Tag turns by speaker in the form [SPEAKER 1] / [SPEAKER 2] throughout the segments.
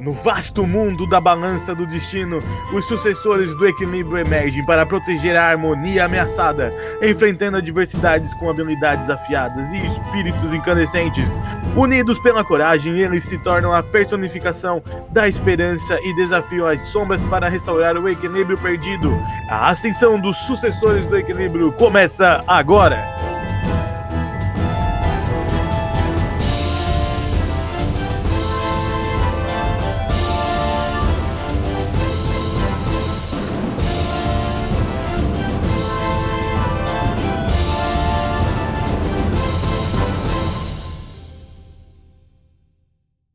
[SPEAKER 1] No vasto mundo da balança do destino, os sucessores do equilíbrio emergem para proteger a harmonia ameaçada, enfrentando adversidades com habilidades afiadas e espíritos incandescentes. Unidos pela coragem, eles se tornam a personificação da esperança e desafiam as sombras para restaurar o equilíbrio perdido. A ascensão dos sucessores do equilíbrio começa agora!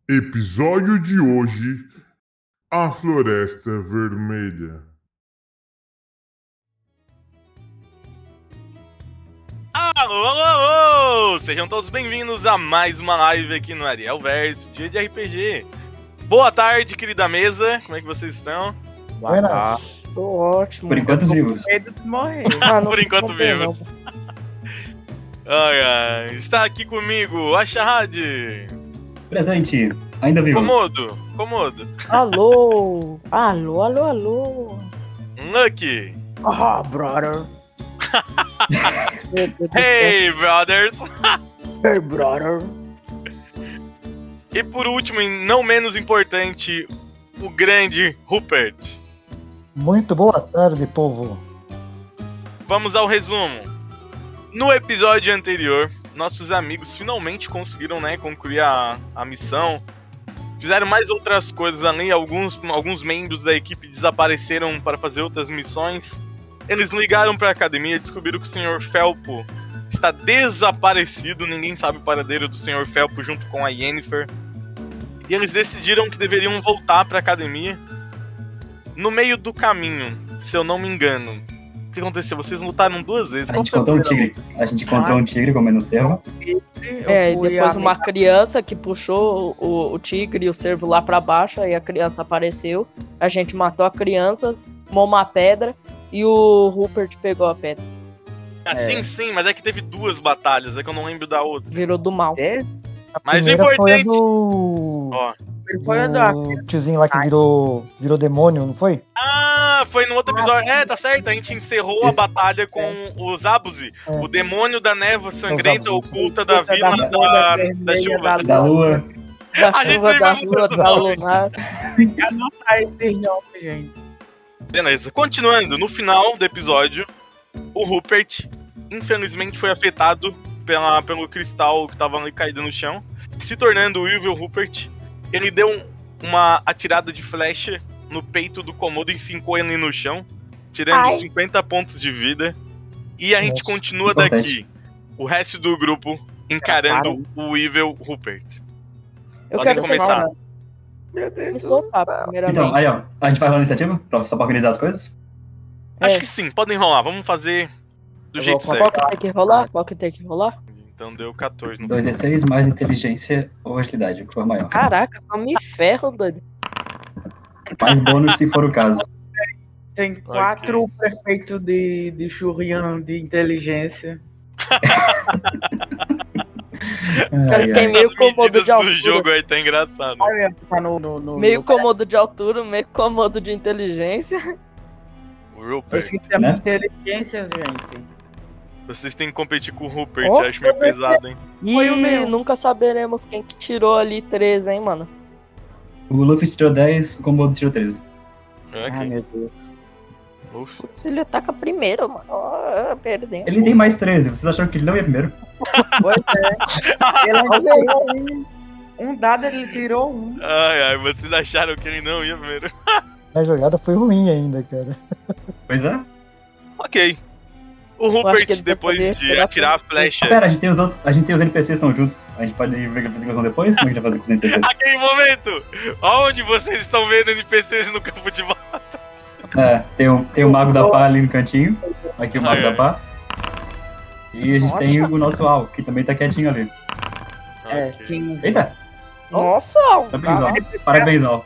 [SPEAKER 2] Episódio de hoje: A Floresta Vermelha.
[SPEAKER 1] Alô, alô, alô! Sejam todos bem-vindos a mais uma live aqui no Ariel Verso, dia de RPG. Boa tarde, querida mesa. Como é que vocês estão?
[SPEAKER 3] Buenas.
[SPEAKER 4] Tô ótimo.
[SPEAKER 5] Por
[SPEAKER 6] Hum.
[SPEAKER 5] enquanto,
[SPEAKER 4] tô
[SPEAKER 5] vivos.
[SPEAKER 4] Com medo de morrer.
[SPEAKER 6] Ah,
[SPEAKER 1] não Por enquanto,
[SPEAKER 4] tô com medo,
[SPEAKER 1] vivos. Ai, ai. Está aqui comigo a Shahad,
[SPEAKER 5] Presente. Ainda vivo.
[SPEAKER 1] Comodo, Comodo,
[SPEAKER 4] não. Alô. Alô, alô, alô.
[SPEAKER 1] Lucky.
[SPEAKER 4] Ah, brother. Meu Deus do céu.
[SPEAKER 1] Hey, brothers!
[SPEAKER 4] Hey, brother.
[SPEAKER 1] E por último, e não menos importante, o grande Rupert.
[SPEAKER 3] Muito boa tarde, povo.
[SPEAKER 1] Vamos ao resumo. No episódio anterior, nossos amigos finalmente conseguiram né, concluir a, a missão. Fizeram mais outras coisas além. Alguns, alguns membros da equipe desapareceram para fazer outras missões. Eles ligaram para a academia e descobriram que o Sr. Felpo está desaparecido. Ninguém sabe o paradeiro do Sr. Felpo junto com a Yennefer. E eles decidiram que deveriam voltar para a academia. No meio do caminho, se eu não me engano, o que aconteceu? Vocês lutaram duas vezes.
[SPEAKER 5] A
[SPEAKER 1] Qual
[SPEAKER 5] gente
[SPEAKER 1] foi a
[SPEAKER 5] encontrou um
[SPEAKER 1] primeira
[SPEAKER 5] tigre. A gente encontrou um tigre comendo cerro.
[SPEAKER 4] Eu
[SPEAKER 6] É, e
[SPEAKER 4] fui
[SPEAKER 6] depois
[SPEAKER 4] a-
[SPEAKER 6] uma criança que puxou o, o tigre e o cervo lá pra baixo, aí a criança apareceu, a gente matou a criança, tomou uma pedra e o Rupert pegou a pedra,
[SPEAKER 1] Ah, sim, sim, mas é que teve duas batalhas, é que eu não lembro da outra.
[SPEAKER 6] virou do mal.
[SPEAKER 4] É,
[SPEAKER 3] A
[SPEAKER 1] Mas o
[SPEAKER 3] primeira
[SPEAKER 1] importante-
[SPEAKER 3] Foi a do...
[SPEAKER 1] Ó.
[SPEAKER 4] ele foi andar.
[SPEAKER 3] do tiozinho lá que virou, virou demônio, não foi?
[SPEAKER 1] Ah, foi no outro episódio. É, tá certo, a gente encerrou a
[SPEAKER 5] Esse-
[SPEAKER 1] batalha com os Abuzi,
[SPEAKER 3] É.
[SPEAKER 1] o demônio da névoa sangrenta
[SPEAKER 3] Abuzi.
[SPEAKER 1] oculta da
[SPEAKER 4] Puta
[SPEAKER 1] vila
[SPEAKER 4] da
[SPEAKER 1] da,
[SPEAKER 4] folha
[SPEAKER 1] da
[SPEAKER 4] vermelha
[SPEAKER 1] chuva.
[SPEAKER 4] da-
[SPEAKER 5] Da lua.
[SPEAKER 6] Da
[SPEAKER 1] A gente
[SPEAKER 6] chuva,
[SPEAKER 1] teve uma
[SPEAKER 6] da rua,
[SPEAKER 1] outra
[SPEAKER 6] da né?
[SPEAKER 1] também.
[SPEAKER 6] lunar.
[SPEAKER 4] Ai, esses nomes, gente.
[SPEAKER 1] Beleza, continuando, no final do episódio, o Rupert, infelizmente, foi afetado pela, pelo cristal que tava ali caído no chão, se tornando o Evil Rupert. Ele deu um- uma atirada de flecha no peito do Komodo e fincou ele no chão, tirando
[SPEAKER 4] Ai.
[SPEAKER 1] 50 pontos de vida. E a gente
[SPEAKER 3] Nossa,
[SPEAKER 1] continua
[SPEAKER 5] importante.
[SPEAKER 1] daqui, o resto do grupo encarando o Evil Rupert.
[SPEAKER 6] Eu
[SPEAKER 1] Podem
[SPEAKER 6] quero
[SPEAKER 1] começar.
[SPEAKER 4] Meu Deus.
[SPEAKER 6] Eu sou tá, primeiramente.
[SPEAKER 5] Então, aí ó. A gente vai rolar a iniciativa? Pra- Só pra organizar as coisas?
[SPEAKER 1] Acho
[SPEAKER 6] É.
[SPEAKER 1] que sim, podem rolar, vamos fazer do
[SPEAKER 3] Eu
[SPEAKER 1] jeito
[SPEAKER 3] vou
[SPEAKER 6] Qual
[SPEAKER 1] certo.
[SPEAKER 6] que tem que rolar? Qual que tem que rolar?
[SPEAKER 1] Então deu 14 no
[SPEAKER 5] 2d6 mais inteligência ou agilidade, o que for maior.
[SPEAKER 6] Caraca, só me ferro, doido.
[SPEAKER 5] Mais bônus se for o caso.
[SPEAKER 4] Tem quatro prefeitos de, de churrian de inteligência.
[SPEAKER 6] Cara,
[SPEAKER 5] Ai,
[SPEAKER 6] quem-
[SPEAKER 5] ai.
[SPEAKER 6] meio
[SPEAKER 1] Essas
[SPEAKER 6] cômodo
[SPEAKER 1] medidas
[SPEAKER 6] de
[SPEAKER 1] do
[SPEAKER 6] altura.
[SPEAKER 1] jogo aí tá engraçado.
[SPEAKER 4] Olha, tá no. no, no
[SPEAKER 6] Meio
[SPEAKER 4] no-
[SPEAKER 6] comodo de altura, meio comodo de inteligência.
[SPEAKER 1] O
[SPEAKER 4] Eu
[SPEAKER 1] Rupert.
[SPEAKER 4] fiz a minha
[SPEAKER 5] Né?
[SPEAKER 4] inteligência, gente.
[SPEAKER 1] Vocês têm que competir com o Rupert,
[SPEAKER 6] Ó,
[SPEAKER 1] acho meio pesado, hein?
[SPEAKER 4] Foi o
[SPEAKER 6] E
[SPEAKER 4] meu.
[SPEAKER 6] nunca saberemos quem que tirou ali 13, hein, mano?
[SPEAKER 5] O Luffy tirou 10, o Combo tirou 13.
[SPEAKER 4] Ai,
[SPEAKER 1] Ok.
[SPEAKER 4] meu Deus.
[SPEAKER 1] Ufa.
[SPEAKER 6] Se ele ataca primeiro, mano. Ó, perdendo.
[SPEAKER 5] Ele tem mais 13. Vocês acharam que ele não ia primeiro?
[SPEAKER 4] Pois é. Ele tirou um. Um dado ele tirou um.
[SPEAKER 1] Ai, ai, vocês acharam que ele não ia primeiro.
[SPEAKER 3] A jogada foi ruim ainda, cara.
[SPEAKER 5] Pois é.
[SPEAKER 1] Ok. O
[SPEAKER 6] acho que
[SPEAKER 1] Rupert,
[SPEAKER 6] ele vai
[SPEAKER 1] depois
[SPEAKER 6] poder
[SPEAKER 1] de
[SPEAKER 6] pegar
[SPEAKER 1] atirar a
[SPEAKER 5] Ah,
[SPEAKER 1] flecha.
[SPEAKER 5] pera, a gente tem os outros. A gente tem os NPCs que estão juntos. A gente pode ver o que eles vão depois? Como a gente vai fazer com os NPCs?
[SPEAKER 1] Aquele momento! Onde vocês estão vendo NPCs no campo de batalha?
[SPEAKER 5] É, tem o, tem o Mago da Pá ali no cantinho. Aqui o Mago
[SPEAKER 1] Ai, ai.
[SPEAKER 5] da Pá. E a gente tem o nosso Al, que também tá quietinho ali.
[SPEAKER 4] É,
[SPEAKER 1] Ok.
[SPEAKER 4] 15.
[SPEAKER 5] Eita,
[SPEAKER 6] Nossa,
[SPEAKER 1] Tá
[SPEAKER 6] um
[SPEAKER 5] parabéns,
[SPEAKER 6] cara.
[SPEAKER 5] Al. Parabéns, Al.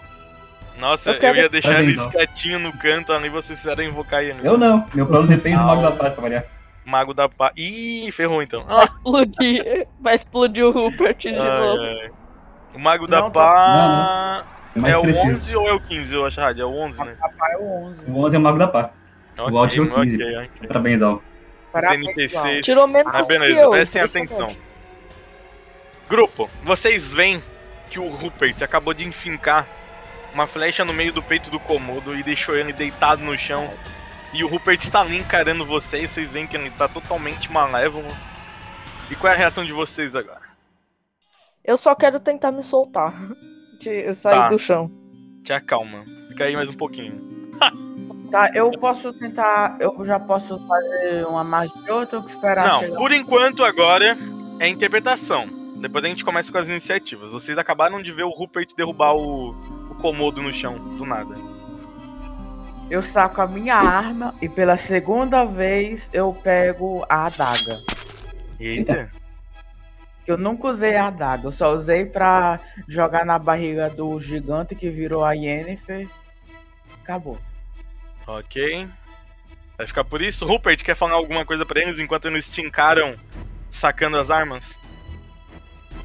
[SPEAKER 1] Nossa,
[SPEAKER 6] Eu
[SPEAKER 1] eu,
[SPEAKER 6] quero-
[SPEAKER 1] ia deixar
[SPEAKER 5] Parabéns,
[SPEAKER 1] eles
[SPEAKER 5] ó.
[SPEAKER 1] quietinhos no canto ali, vocês fizeram invocar ele.
[SPEAKER 5] Eu não. Meu plano depende do
[SPEAKER 1] Al.
[SPEAKER 5] Mago da Pá, pra variar.
[SPEAKER 1] Mago da pá. Ih, ferrou então.
[SPEAKER 6] Vai explodir. Vai explodir o Rupert de
[SPEAKER 1] Ai,
[SPEAKER 6] novo.
[SPEAKER 1] ai. O Mago da
[SPEAKER 4] Não,
[SPEAKER 1] pá.
[SPEAKER 5] mais
[SPEAKER 1] É o
[SPEAKER 5] preciso.
[SPEAKER 1] 11 ou é o 15, eu acho, Rádio? É o 11, né?
[SPEAKER 4] Rapaz, é o 11.
[SPEAKER 5] O 11 é o Mago da Pá.
[SPEAKER 1] Ok,
[SPEAKER 5] Ah, O Alt é o 15.
[SPEAKER 1] ok, ok.
[SPEAKER 5] Parabéns, Al.
[SPEAKER 4] Parabéns,
[SPEAKER 1] NPC.
[SPEAKER 4] João.
[SPEAKER 6] Tirou menos
[SPEAKER 1] Ah,
[SPEAKER 6] que
[SPEAKER 1] beleza,
[SPEAKER 6] eu.
[SPEAKER 1] prestem
[SPEAKER 6] impressionante.
[SPEAKER 1] atenção. Grupo, vocês veem que o Rupert acabou de enfincar uma flecha no meio do peito do Komodo e deixou ele deitado no chão. E o Rupert tá ali encarando vocês, vocês veem que ele tá totalmente malévolo. E qual é a reação de vocês agora?
[SPEAKER 6] Eu só quero tentar me soltar. De sair
[SPEAKER 1] Tá.
[SPEAKER 6] do chão.
[SPEAKER 1] Te acalma, fica aí mais um pouquinho.
[SPEAKER 4] Tá, eu posso tentar. Eu já posso fazer uma magia ou eu tenho que esperar?
[SPEAKER 1] Não,
[SPEAKER 4] chegar?
[SPEAKER 1] por enquanto agora é interpretação. Depois a gente começa com as iniciativas. Vocês acabaram de ver o Rupert derrubar o, o Komodo no chão, do nada.
[SPEAKER 4] Eu saco a minha arma e pela segunda vez eu pego a adaga.
[SPEAKER 1] Eita.
[SPEAKER 4] Eu nunca usei a adaga, eu só usei pra jogar na barriga do gigante que virou a Yennefer. Acabou.
[SPEAKER 1] Ok. Vai ficar por isso? Rupert, quer falar alguma coisa pra eles enquanto eles te encaram sacando as armas?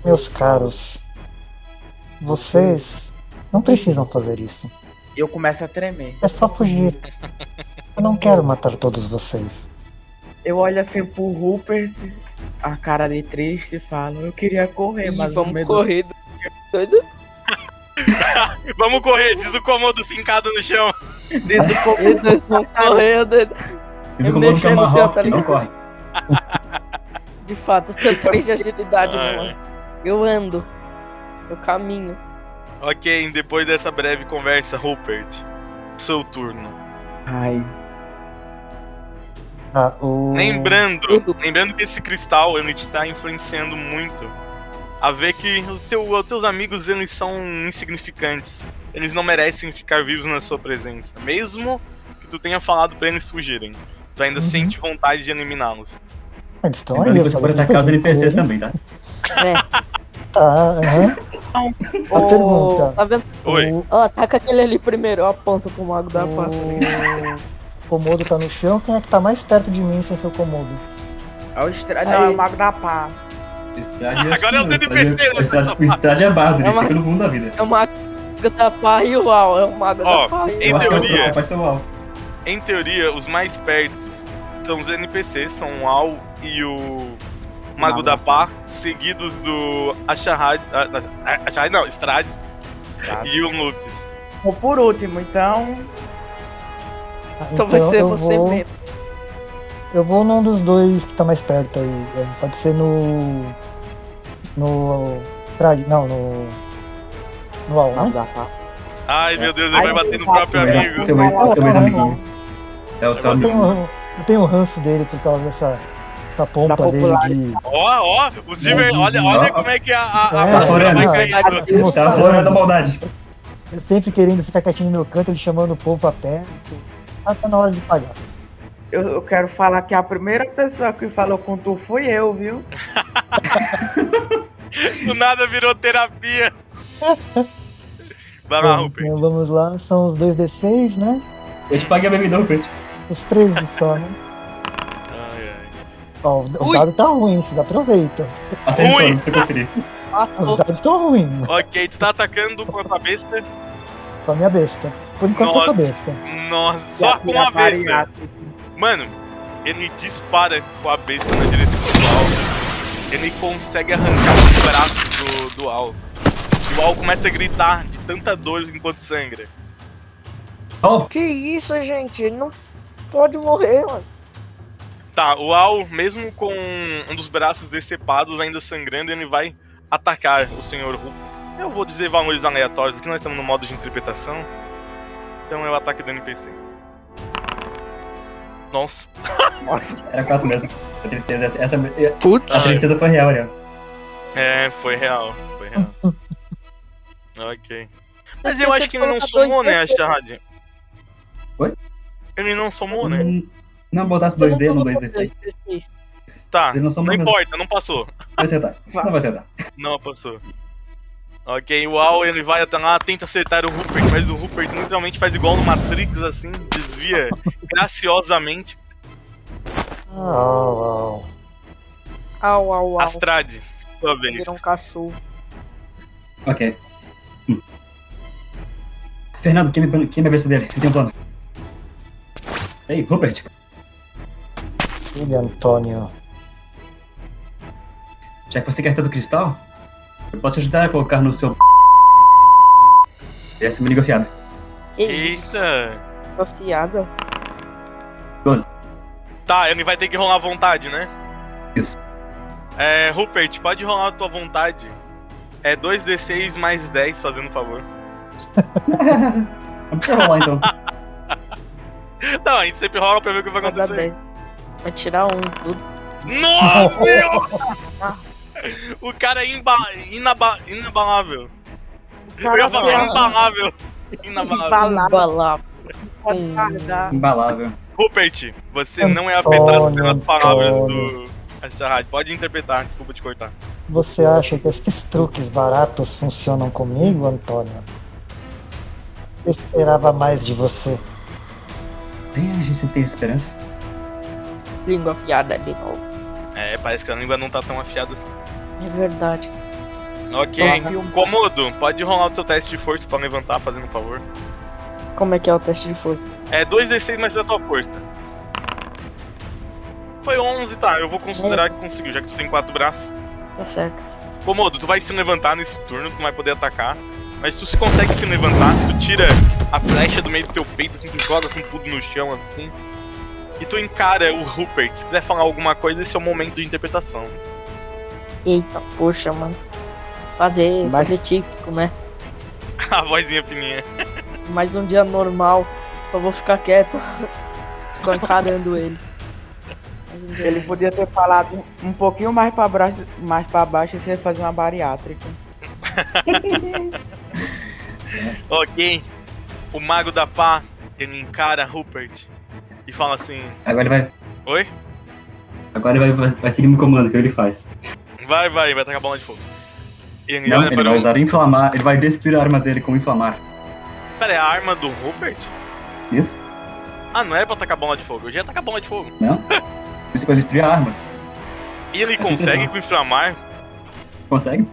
[SPEAKER 3] Meus caros, vocês não precisam fazer isso.
[SPEAKER 4] E eu começo a tremer.
[SPEAKER 3] É só fugir. Eu não quero matar todos vocês.
[SPEAKER 4] Eu olho assim pro Rupert, a cara de triste, e falo: Eu queria correr,
[SPEAKER 6] Ih,
[SPEAKER 4] mas o
[SPEAKER 6] vamos
[SPEAKER 4] medo.
[SPEAKER 6] correr. Doido?
[SPEAKER 1] Vamos correr, diz o Komodo fincado no chão.
[SPEAKER 4] Desse povo
[SPEAKER 6] Eles dois vão correr. doido.
[SPEAKER 5] Diz
[SPEAKER 6] Eu
[SPEAKER 5] o comando que é
[SPEAKER 6] mexendo no seu,
[SPEAKER 5] marroco,
[SPEAKER 6] tá
[SPEAKER 5] que não
[SPEAKER 6] ligado?
[SPEAKER 5] corre.
[SPEAKER 6] De fato, eu tenho de agilidade, né,
[SPEAKER 1] Ah,
[SPEAKER 6] mano. Eu ando. Eu caminho.
[SPEAKER 1] Ok, depois dessa breve conversa, Rupert, seu turno.
[SPEAKER 4] Ai,
[SPEAKER 3] Ah, o...
[SPEAKER 1] Lembrando,
[SPEAKER 6] Tudo.
[SPEAKER 1] lembrando que esse cristal ele te tá influenciando muito a ver que o teu- os teus amigos eles são insignificantes. Eles não merecem ficar vivos na sua presença, mesmo que tu tenha falado pra eles fugirem. Tu ainda
[SPEAKER 3] Uhum.
[SPEAKER 1] sente vontade de eliminá-los.
[SPEAKER 3] Eles estão aí.
[SPEAKER 5] Lembrando que
[SPEAKER 3] eu
[SPEAKER 6] tá
[SPEAKER 5] você
[SPEAKER 3] falei
[SPEAKER 5] pode
[SPEAKER 3] pra
[SPEAKER 5] atacar os
[SPEAKER 3] vocês.
[SPEAKER 5] NPCs também, tá?
[SPEAKER 6] né?
[SPEAKER 3] Tá, aham.
[SPEAKER 6] Então,
[SPEAKER 3] A
[SPEAKER 4] Ô,
[SPEAKER 3] pergunta.
[SPEAKER 6] Tá vendo?
[SPEAKER 1] Oi.
[SPEAKER 3] O,
[SPEAKER 6] Ó, ataca aquele ali primeiro. Eu aponto pro mago da pá. tá
[SPEAKER 3] o Komodo tá no chão. Quem é que tá mais perto de mim sem ser o Komodo?
[SPEAKER 4] é o estra... Não, é o Mago da Pá.
[SPEAKER 5] Estrade-
[SPEAKER 1] Agora é os
[SPEAKER 5] estrade-
[SPEAKER 1] NPC, né?
[SPEAKER 5] estrade- O Estrade é bardo,
[SPEAKER 6] É
[SPEAKER 5] ele
[SPEAKER 6] uma-
[SPEAKER 5] fica no mundo da vida.
[SPEAKER 6] É o mago da pá e o Al. É o mago
[SPEAKER 1] Ó,
[SPEAKER 6] da pá e
[SPEAKER 1] Em
[SPEAKER 5] Eu acho que é o-
[SPEAKER 1] teoria.
[SPEAKER 5] Pode ser o Al.
[SPEAKER 1] Em teoria, os mais perto são os NPCs, são o Al e o Mago
[SPEAKER 5] Mago.
[SPEAKER 1] da Pá, seguidos do Acharad. ah, Acharad não, Strad e o Lucas.
[SPEAKER 4] Vou por último, então.
[SPEAKER 3] Ah,
[SPEAKER 6] Então vai ser
[SPEAKER 3] eu
[SPEAKER 6] você
[SPEAKER 3] vou-
[SPEAKER 6] mesmo.
[SPEAKER 3] Eu vou num dos dois que tá mais perto aí. É, pode ser no. No. Frag. Não, no. No Al,
[SPEAKER 5] Ah,
[SPEAKER 4] Mago
[SPEAKER 3] né?
[SPEAKER 4] da Pá.
[SPEAKER 1] Ai meu Deus, ele
[SPEAKER 4] Ai,
[SPEAKER 1] vai bater
[SPEAKER 4] que
[SPEAKER 1] no próprio
[SPEAKER 4] fácil,
[SPEAKER 1] amigo.
[SPEAKER 5] É, né? Seu ex-
[SPEAKER 3] Não,
[SPEAKER 5] seu
[SPEAKER 3] não,
[SPEAKER 5] ex-amiguinho. É o seu
[SPEAKER 3] Eu
[SPEAKER 5] amigo.
[SPEAKER 3] tenho, eu tenho o ranço dele por causa dessa.
[SPEAKER 6] Tá
[SPEAKER 3] Da pompa
[SPEAKER 4] Da
[SPEAKER 3] dele de.
[SPEAKER 1] Ó, ó, os diver...
[SPEAKER 5] Não,
[SPEAKER 1] olha,
[SPEAKER 5] não.
[SPEAKER 1] olha como é que a, a, a
[SPEAKER 3] É,
[SPEAKER 1] máscara
[SPEAKER 5] não,
[SPEAKER 1] vai
[SPEAKER 3] não.
[SPEAKER 1] ganhando.
[SPEAKER 3] de mostrar-
[SPEAKER 5] Tá fora da maldade.
[SPEAKER 3] Eu sempre querendo ficar quietinho no meu canto, ele chamando o povo a pé. Ah, tá na hora de pagar.
[SPEAKER 4] Eu, eu quero falar que a primeira pessoa que falou com tu fui eu, viu?
[SPEAKER 1] Do nada virou terapia.
[SPEAKER 5] Tá
[SPEAKER 1] Vai lá,
[SPEAKER 3] Bom,
[SPEAKER 1] Rupert.
[SPEAKER 3] então vamos lá, são os dois D6, né?
[SPEAKER 5] Eu te paguei a bebida, Rupert.
[SPEAKER 3] Os 13 só, né?
[SPEAKER 1] Ai, ai.
[SPEAKER 3] Ó, o- o
[SPEAKER 6] Ui.
[SPEAKER 3] dado tá ruim, vocês aproveitam.
[SPEAKER 5] Acertou,
[SPEAKER 1] Ui.
[SPEAKER 5] pra você conferir.
[SPEAKER 3] Os
[SPEAKER 6] Matou.
[SPEAKER 3] dados estão ruins,
[SPEAKER 1] Ok, tu tá atacando com a cabeça.
[SPEAKER 3] com a minha besta. Por enquanto
[SPEAKER 1] Nossa.
[SPEAKER 3] só com a besta.
[SPEAKER 1] Nossa, só com né? a besta. Mano, ele dispara com a besta na direção do Al. Ele consegue arrancar os braços do, do Al. E o Al começa a gritar de tanta dor enquanto sangra. Oh.
[SPEAKER 5] Ó,
[SPEAKER 6] Que isso, gente? Ele não pode morrer, mano.
[SPEAKER 1] Tá, o Al, mesmo com um dos braços decepados ainda sangrando, ele vai atacar o Sr. Hulk. Eu vou dizer valores aleatórios aqui, nós estamos no modo de interpretação. Então é o ataque do NPC. Nossa.
[SPEAKER 4] Nossa,
[SPEAKER 5] era quatro mesmo. A tristeza, essa, essa- a
[SPEAKER 6] Putz.
[SPEAKER 5] tristeza foi real, olha.
[SPEAKER 1] É, foi real. Foi real. ok. Mas
[SPEAKER 6] Você
[SPEAKER 1] eu acho
[SPEAKER 6] esqueceu
[SPEAKER 1] que
[SPEAKER 6] de
[SPEAKER 1] ele não
[SPEAKER 6] colocar dois
[SPEAKER 1] somou, né,
[SPEAKER 6] D6.
[SPEAKER 1] Charad?
[SPEAKER 5] Oi?
[SPEAKER 1] Ele não somou, né?
[SPEAKER 5] Hum, Não, botasse
[SPEAKER 6] Você não
[SPEAKER 5] 2D no
[SPEAKER 6] colocou
[SPEAKER 5] 2D6.
[SPEAKER 6] dois D6.
[SPEAKER 1] Tá,
[SPEAKER 5] Ele não somou
[SPEAKER 1] não
[SPEAKER 5] mesmo.
[SPEAKER 1] importa, não passou.
[SPEAKER 5] Vai acertar. Não vai acertar.
[SPEAKER 1] Não passou. Ok, o Al ele vai até lá, tenta acertar o Rupert, mas o Rupert literalmente faz igual no Matrix, assim, desvia graciosamente.
[SPEAKER 3] Au, au.
[SPEAKER 6] Au, au, um au.
[SPEAKER 1] Astrade, sua vez.
[SPEAKER 6] Virou um cachorro.
[SPEAKER 5] Ok. Hum. Fernando, queime, queime a cabeça dele. Eu tenho um plano. Ei, Rupert.
[SPEAKER 3] Ele, Antônio.
[SPEAKER 5] Já que você quer tanto cristal, eu posso te ajudar a colocar no seu. Essa é uma ligafiada.
[SPEAKER 6] Que isso?
[SPEAKER 1] Eita!
[SPEAKER 6] Uma fiada.
[SPEAKER 1] Tá, ele vai ter que rolar à vontade, né?
[SPEAKER 5] Isso.
[SPEAKER 1] É, Rupert, pode rolar a tua vontade. É 2d6 mais 10, fazendo favor.
[SPEAKER 5] Não precisa rolar então.
[SPEAKER 1] Não, a gente sempre rola pra ver o que vai
[SPEAKER 6] Vai dar
[SPEAKER 1] acontecer.
[SPEAKER 6] 10. Vai tirar um. Tudo.
[SPEAKER 1] Nossa! senhora! o cara é imba... inaba- inabalável. Eu ia falar imbalável. Inabalável.
[SPEAKER 4] Balada,
[SPEAKER 6] Balá.
[SPEAKER 4] pode guardar.
[SPEAKER 5] Imbalável.
[SPEAKER 1] Rupert, você não é afetado pelas
[SPEAKER 3] Antônio,
[SPEAKER 1] palavras
[SPEAKER 3] Antônio.
[SPEAKER 1] do Acharad. Pode interpretar, desculpa te cortar.
[SPEAKER 3] Você acha que esses truques baratos funcionam comigo, Antônio? Eu esperava mais de você.
[SPEAKER 5] Bem, a gente sempre tem esperança.
[SPEAKER 6] Língua fiada de novo.
[SPEAKER 1] É, parece que a língua não tá tão afiada assim.
[SPEAKER 6] É verdade.
[SPEAKER 1] Ok,
[SPEAKER 4] Tá, filma.
[SPEAKER 1] Comodo, pode rolar o teu teste de força pra levantar, fazendo um favor.
[SPEAKER 6] Como é que é o teste de força?
[SPEAKER 1] É 2d6 mais a tua força. Foi 11, tá. Eu vou considerar que conseguiu, já que tu tem quatro braços.
[SPEAKER 6] Tá certo.
[SPEAKER 1] Comodo, tu vai se levantar nesse turno, tu não vai poder atacar. Mas tu se consegue se levantar, tu tira a flecha do meio do teu peito, assim, tu joga com tudo no chão, assim. E tu encara o Rupert. Se quiser falar alguma coisa, esse é o momento de interpretação.
[SPEAKER 6] Eita, poxa, mano. Fazer,
[SPEAKER 4] Mas-
[SPEAKER 6] fazer típico, né?
[SPEAKER 1] a vozinha fininha.
[SPEAKER 6] Mais um dia normal. Só vou ficar quieto. Só encarando ele. Mais um dia
[SPEAKER 4] Ele podia ter falado um pouquinho mais pra baixo, mais pra baixo e você fazer uma bariátrica.
[SPEAKER 1] Ok. O Mago da Pá, ele encara Rupert e fala assim:
[SPEAKER 5] Agora ele vai.
[SPEAKER 1] Oi?
[SPEAKER 5] Agora ele vai, vai seguir meu comando, que ele faz.
[SPEAKER 1] Vai, vai, vai tacar bola de fogo. Ele
[SPEAKER 5] Não,
[SPEAKER 1] olha
[SPEAKER 5] ele
[SPEAKER 1] para
[SPEAKER 5] vai
[SPEAKER 1] o.
[SPEAKER 5] usar inflamar. Ele vai destruir a arma dele com inflamar.
[SPEAKER 1] Pera, é a arma do Rupert?
[SPEAKER 5] Isso?
[SPEAKER 1] Ah, não era pra tacar bola de fogo. Eu já ia tacar bola de fogo.
[SPEAKER 5] Não? Isso vai destruir a arma.
[SPEAKER 1] E ele
[SPEAKER 5] Essa
[SPEAKER 1] consegue
[SPEAKER 5] impressão.
[SPEAKER 1] com inflamar?
[SPEAKER 5] Consegue?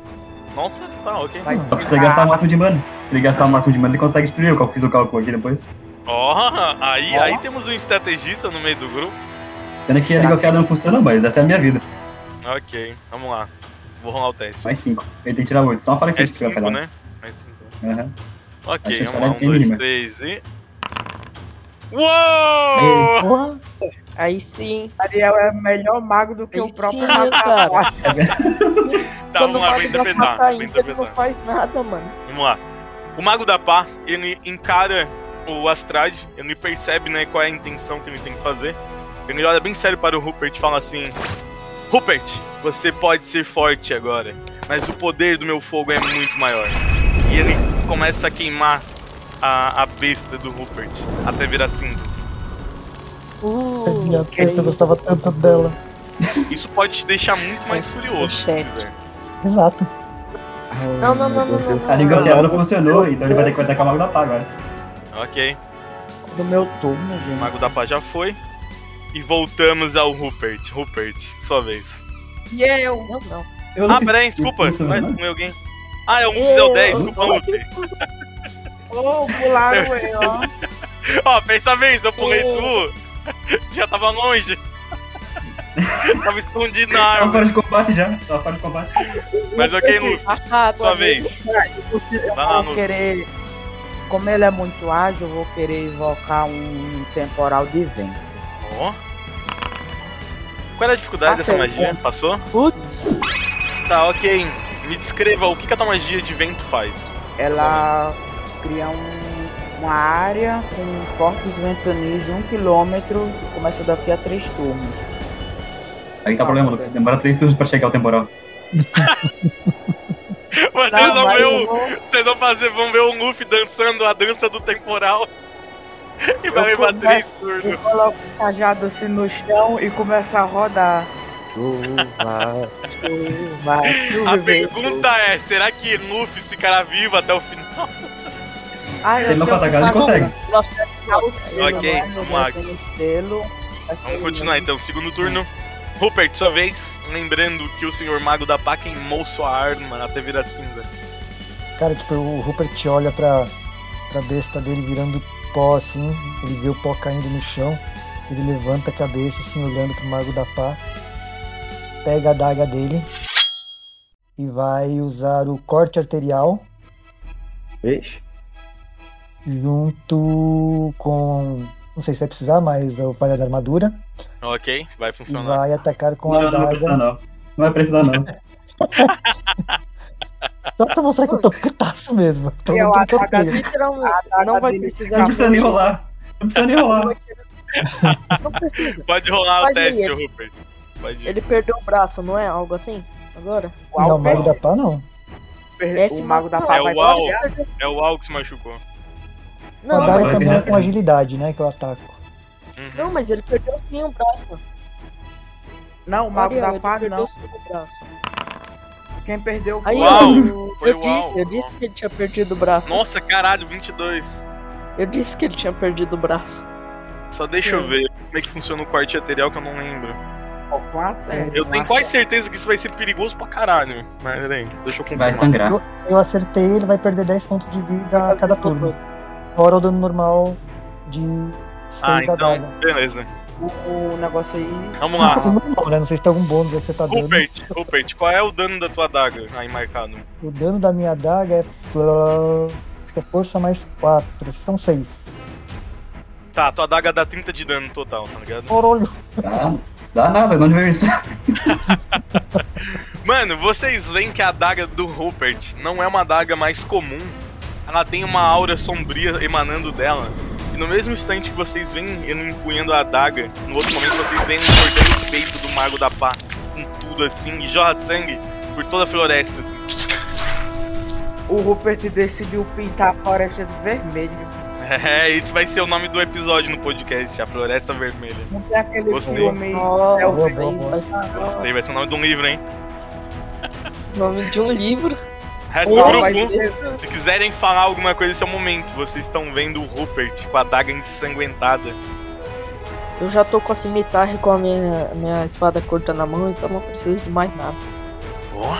[SPEAKER 1] Nossa, tá, ok.
[SPEAKER 4] Vai Ah,
[SPEAKER 6] Ah.
[SPEAKER 5] Só precisa gastar o máximo de mana. Se ele gastar o máximo de mana, ele consegue destruir. Eu fiz o cálculo aqui depois.
[SPEAKER 1] Ó, aí,
[SPEAKER 4] Ó.
[SPEAKER 1] aí temos um estrategista no meio do grupo.
[SPEAKER 5] Pena que a língua
[SPEAKER 6] Tá.
[SPEAKER 5] fiada não funciona, mas essa é a minha vida.
[SPEAKER 1] Ok, vamos lá. Vou rolar o teste.
[SPEAKER 5] Mais 5. Ele tem que tirar 8. Só uma falha
[SPEAKER 1] É
[SPEAKER 5] crítica, vai
[SPEAKER 1] 5,
[SPEAKER 5] falhar.
[SPEAKER 1] né? É 5.
[SPEAKER 5] Aham.
[SPEAKER 1] Ok,
[SPEAKER 5] Acho que
[SPEAKER 1] vamos lá.
[SPEAKER 5] essa
[SPEAKER 1] Um,
[SPEAKER 5] é
[SPEAKER 1] dois,
[SPEAKER 5] mínima.
[SPEAKER 1] três e. Uou!
[SPEAKER 3] Porra!
[SPEAKER 6] Aí sim.
[SPEAKER 4] Ariel é melhor mago do que
[SPEAKER 6] Ele
[SPEAKER 4] o próprio
[SPEAKER 6] sim,
[SPEAKER 4] mago
[SPEAKER 6] cara.
[SPEAKER 4] da Paz.
[SPEAKER 1] Tá,
[SPEAKER 6] Quando
[SPEAKER 1] vamos lá,
[SPEAKER 6] o tá
[SPEAKER 1] vou
[SPEAKER 6] mago da
[SPEAKER 1] interpretar.
[SPEAKER 6] faca
[SPEAKER 1] Vou
[SPEAKER 6] entra, ele
[SPEAKER 1] interpretar.
[SPEAKER 6] não faz nada, mano.
[SPEAKER 1] Vamos lá. O Mago da Pá, ele encara o Astrad, ele percebe né, qual é a intenção que ele tem que fazer. Ele olha bem sério para o Rupert e fala assim: Rupert, você pode ser forte agora, mas o poder do meu fogo é muito maior. E ele começa a queimar a, a besta do Rupert até virar cinzas.
[SPEAKER 3] Minha
[SPEAKER 6] Uh, que
[SPEAKER 3] peito, eu
[SPEAKER 6] isso.
[SPEAKER 3] gostava tanto dela.
[SPEAKER 1] Isso pode te deixar muito
[SPEAKER 4] É,
[SPEAKER 1] mais furioso, se
[SPEAKER 6] Chefe.
[SPEAKER 1] quiser.
[SPEAKER 3] Exato.
[SPEAKER 6] não, não, não, não, não,
[SPEAKER 5] A língua
[SPEAKER 6] não.
[SPEAKER 5] fiada não funcionou, então ele vai ter que cortar com a mago da pá agora.
[SPEAKER 1] Ok,
[SPEAKER 4] Do meu turno,
[SPEAKER 1] o
[SPEAKER 4] gente.
[SPEAKER 1] Mago da Pá já foi. E voltamos ao Rupert. Rupert, sua vez.
[SPEAKER 4] E eu?
[SPEAKER 6] Não, não.
[SPEAKER 5] Eu não
[SPEAKER 1] Ah,
[SPEAKER 5] fiz-
[SPEAKER 1] peraí, desculpa.
[SPEAKER 5] isso,
[SPEAKER 1] Vai
[SPEAKER 5] né?
[SPEAKER 1] comer alguém. Ah, é um fizel
[SPEAKER 6] Eu-
[SPEAKER 1] 10, desculpa, eu pulei.
[SPEAKER 4] Ô, pularam eu, ó.
[SPEAKER 1] Ó, pensa bem, se eu pulei
[SPEAKER 6] Eu-
[SPEAKER 1] tu, já tava longe. tava escondido na
[SPEAKER 5] Tava
[SPEAKER 1] árvore.
[SPEAKER 5] fora de combate já. Tava fora de combate.
[SPEAKER 1] Mas ok, Luffy,
[SPEAKER 6] Ah,
[SPEAKER 4] tá,
[SPEAKER 1] sua
[SPEAKER 6] tua
[SPEAKER 1] vez. Vai lá,
[SPEAKER 4] Eu vou
[SPEAKER 1] Luffy.
[SPEAKER 4] querer. Como ele é muito ágil, eu vou querer invocar um temporal de vento.
[SPEAKER 1] Ó. Qual era a dificuldade dessa
[SPEAKER 4] Passei.
[SPEAKER 1] magia? Passou?
[SPEAKER 6] Putz.
[SPEAKER 1] Tá, ok. Me descreva o que, que a tua magia de vento faz.
[SPEAKER 4] Ela cria um- uma área com fortes ventanias de um quilômetro que começa daqui a três turnos.
[SPEAKER 5] Aí tá o problema, Lucas. Demora 3 turnos pra chegar o temporal.
[SPEAKER 4] Tá,
[SPEAKER 1] Vocês,
[SPEAKER 4] Não,
[SPEAKER 1] vão
[SPEAKER 4] mas
[SPEAKER 1] ver
[SPEAKER 4] eu
[SPEAKER 1] o,
[SPEAKER 4] vou-
[SPEAKER 1] vocês vão fazer, vão ver o Luffy dançando a dança do temporal. E vai levar
[SPEAKER 4] começo-
[SPEAKER 1] três turnos.
[SPEAKER 4] Eu coloco o cajado assim no chão e começa a rodar.
[SPEAKER 3] Chuva.
[SPEAKER 4] Chuva, chuva.
[SPEAKER 1] A
[SPEAKER 4] e vento.
[SPEAKER 1] pergunta é, será que Luffy ficará vivo até o final?
[SPEAKER 4] Ah,
[SPEAKER 5] Se ele não for
[SPEAKER 4] tenho que
[SPEAKER 5] atacado, ele
[SPEAKER 4] fazer
[SPEAKER 5] consegue.
[SPEAKER 4] um selo,
[SPEAKER 1] Ok,
[SPEAKER 4] né?
[SPEAKER 1] vamos lá.
[SPEAKER 4] Eu tenho um selo.
[SPEAKER 1] Vamos continuar então, segundo turno. Rupert, sua vez. Lembrando que o senhor mago da pá queimou sua arma até virar cinza.
[SPEAKER 3] Cara, tipo, o Rupert olha pra, cabeça dele virando pó assim, ele vê o pó caindo no chão, ele levanta a cabeça assim, olhando pro Mago da Pá, pega a daga dele e vai usar o corte arterial
[SPEAKER 4] Vixe.
[SPEAKER 3] junto com. Não sei se vai precisar, mas da falha da armadura.
[SPEAKER 1] Ok, vai
[SPEAKER 3] E
[SPEAKER 1] funcionar.
[SPEAKER 3] vai atacar com a
[SPEAKER 5] Não, não vai precisar
[SPEAKER 3] daga.
[SPEAKER 5] não. Não vai precisar não.
[SPEAKER 3] Só pra mostrar que eu tô putaço mesmo. Tô
[SPEAKER 4] Eu
[SPEAKER 3] muito
[SPEAKER 4] ataco
[SPEAKER 3] putaço.
[SPEAKER 6] Literalmente, não vai precisar.
[SPEAKER 5] Não precisa nem rolar. Não precisa nem rolar.
[SPEAKER 6] Tá Não precisa.
[SPEAKER 1] Pode rolar o
[SPEAKER 6] Pode ir,
[SPEAKER 1] teste,
[SPEAKER 6] ele-
[SPEAKER 1] Rupert. Pode ir.
[SPEAKER 6] Ele perdeu o braço, não é? Algo assim? Agora? tá
[SPEAKER 3] Não, o Mago da
[SPEAKER 4] Alper-
[SPEAKER 3] Pá não.
[SPEAKER 4] per- O mago da pá
[SPEAKER 1] É
[SPEAKER 4] vai
[SPEAKER 1] o Al.
[SPEAKER 4] falhar.
[SPEAKER 1] É o Al que se machucou.
[SPEAKER 3] A
[SPEAKER 6] Não,
[SPEAKER 5] Ah,
[SPEAKER 3] daga
[SPEAKER 5] vai,
[SPEAKER 6] mas,
[SPEAKER 3] também é
[SPEAKER 5] verdade.
[SPEAKER 3] com agilidade, né? Que eu ataco.
[SPEAKER 1] Uhum.
[SPEAKER 6] não, mas ele perdeu sim o braço.
[SPEAKER 4] Não, o mago
[SPEAKER 6] Ariel,
[SPEAKER 4] da
[SPEAKER 6] ele
[SPEAKER 4] pá
[SPEAKER 6] perdeu
[SPEAKER 4] não.
[SPEAKER 6] sim o braço.
[SPEAKER 4] Quem perdeu foi
[SPEAKER 6] Aí,
[SPEAKER 1] Uau.
[SPEAKER 6] eu,
[SPEAKER 1] Foi
[SPEAKER 6] eu
[SPEAKER 1] o
[SPEAKER 6] disse,
[SPEAKER 1] Al.
[SPEAKER 6] eu disse que ele tinha perdido o braço.
[SPEAKER 1] Nossa, caralho, 22.
[SPEAKER 6] Eu disse que ele tinha perdido o braço.
[SPEAKER 1] Só deixa eu
[SPEAKER 6] É.
[SPEAKER 1] ver como é que funciona o corte arterial que eu não lembro.
[SPEAKER 4] com a terra.
[SPEAKER 1] Eu tenho quase certeza que isso vai ser perigoso pra caralho. Mas peraí, deixa eu
[SPEAKER 5] Vai
[SPEAKER 1] confirmar.
[SPEAKER 5] sangrar.
[SPEAKER 3] Eu acertei, ele vai perder 10 pontos de vida a cada turno. Fora o dano normal de 6
[SPEAKER 1] ah,
[SPEAKER 3] da
[SPEAKER 1] então,
[SPEAKER 3] daga.
[SPEAKER 1] beleza.
[SPEAKER 4] O, o negócio aí.
[SPEAKER 1] Vamos
[SPEAKER 3] Nossa, tem
[SPEAKER 1] lá.
[SPEAKER 3] normal, né? Não sei se tem algum bônus aí que você tá dando.
[SPEAKER 1] Rupert, Rupert, qual é o dano da tua daga aí marcado?
[SPEAKER 3] O dano da minha adaga é, fla- é força mais 4, são 6.
[SPEAKER 1] Tá, tua daga dá 30 de dano total, tá ligado?
[SPEAKER 3] Orolho.
[SPEAKER 5] Dá, dá nada, não veio isso.
[SPEAKER 1] Mano, vocês veem que a adaga do Rupert não é uma adaga mais comum. Ela tem uma aura sombria emanando dela. E no mesmo instante que vocês veem ele empunhando a adaga, no outro momento vocês veem ele cortando o peito do Mago da Pá com tudo assim e jorra sangue por toda a floresta. Assim.
[SPEAKER 4] O Rupert decidiu pintar a floresta de vermelho.
[SPEAKER 1] É, esse vai ser o nome do episódio no podcast, A Floresta Vermelha.
[SPEAKER 4] Não tem aquele
[SPEAKER 1] Gostei.
[SPEAKER 4] filme.
[SPEAKER 6] Nossa,
[SPEAKER 4] É o
[SPEAKER 6] mas
[SPEAKER 3] Boa, boa,
[SPEAKER 1] Esse daí vai ser o nome de um livro, hein?
[SPEAKER 6] nome de um livro.
[SPEAKER 1] Resto do
[SPEAKER 4] Não, vai
[SPEAKER 1] grupo,
[SPEAKER 4] ser-
[SPEAKER 1] se quiserem falar alguma coisa, esse é o momento. Vocês estão vendo o Rupert com a adaga ensanguentada.
[SPEAKER 6] Eu já tô com a cimitarra e com a minha, minha espada curta na mão, então não preciso de mais nada.
[SPEAKER 1] Ó,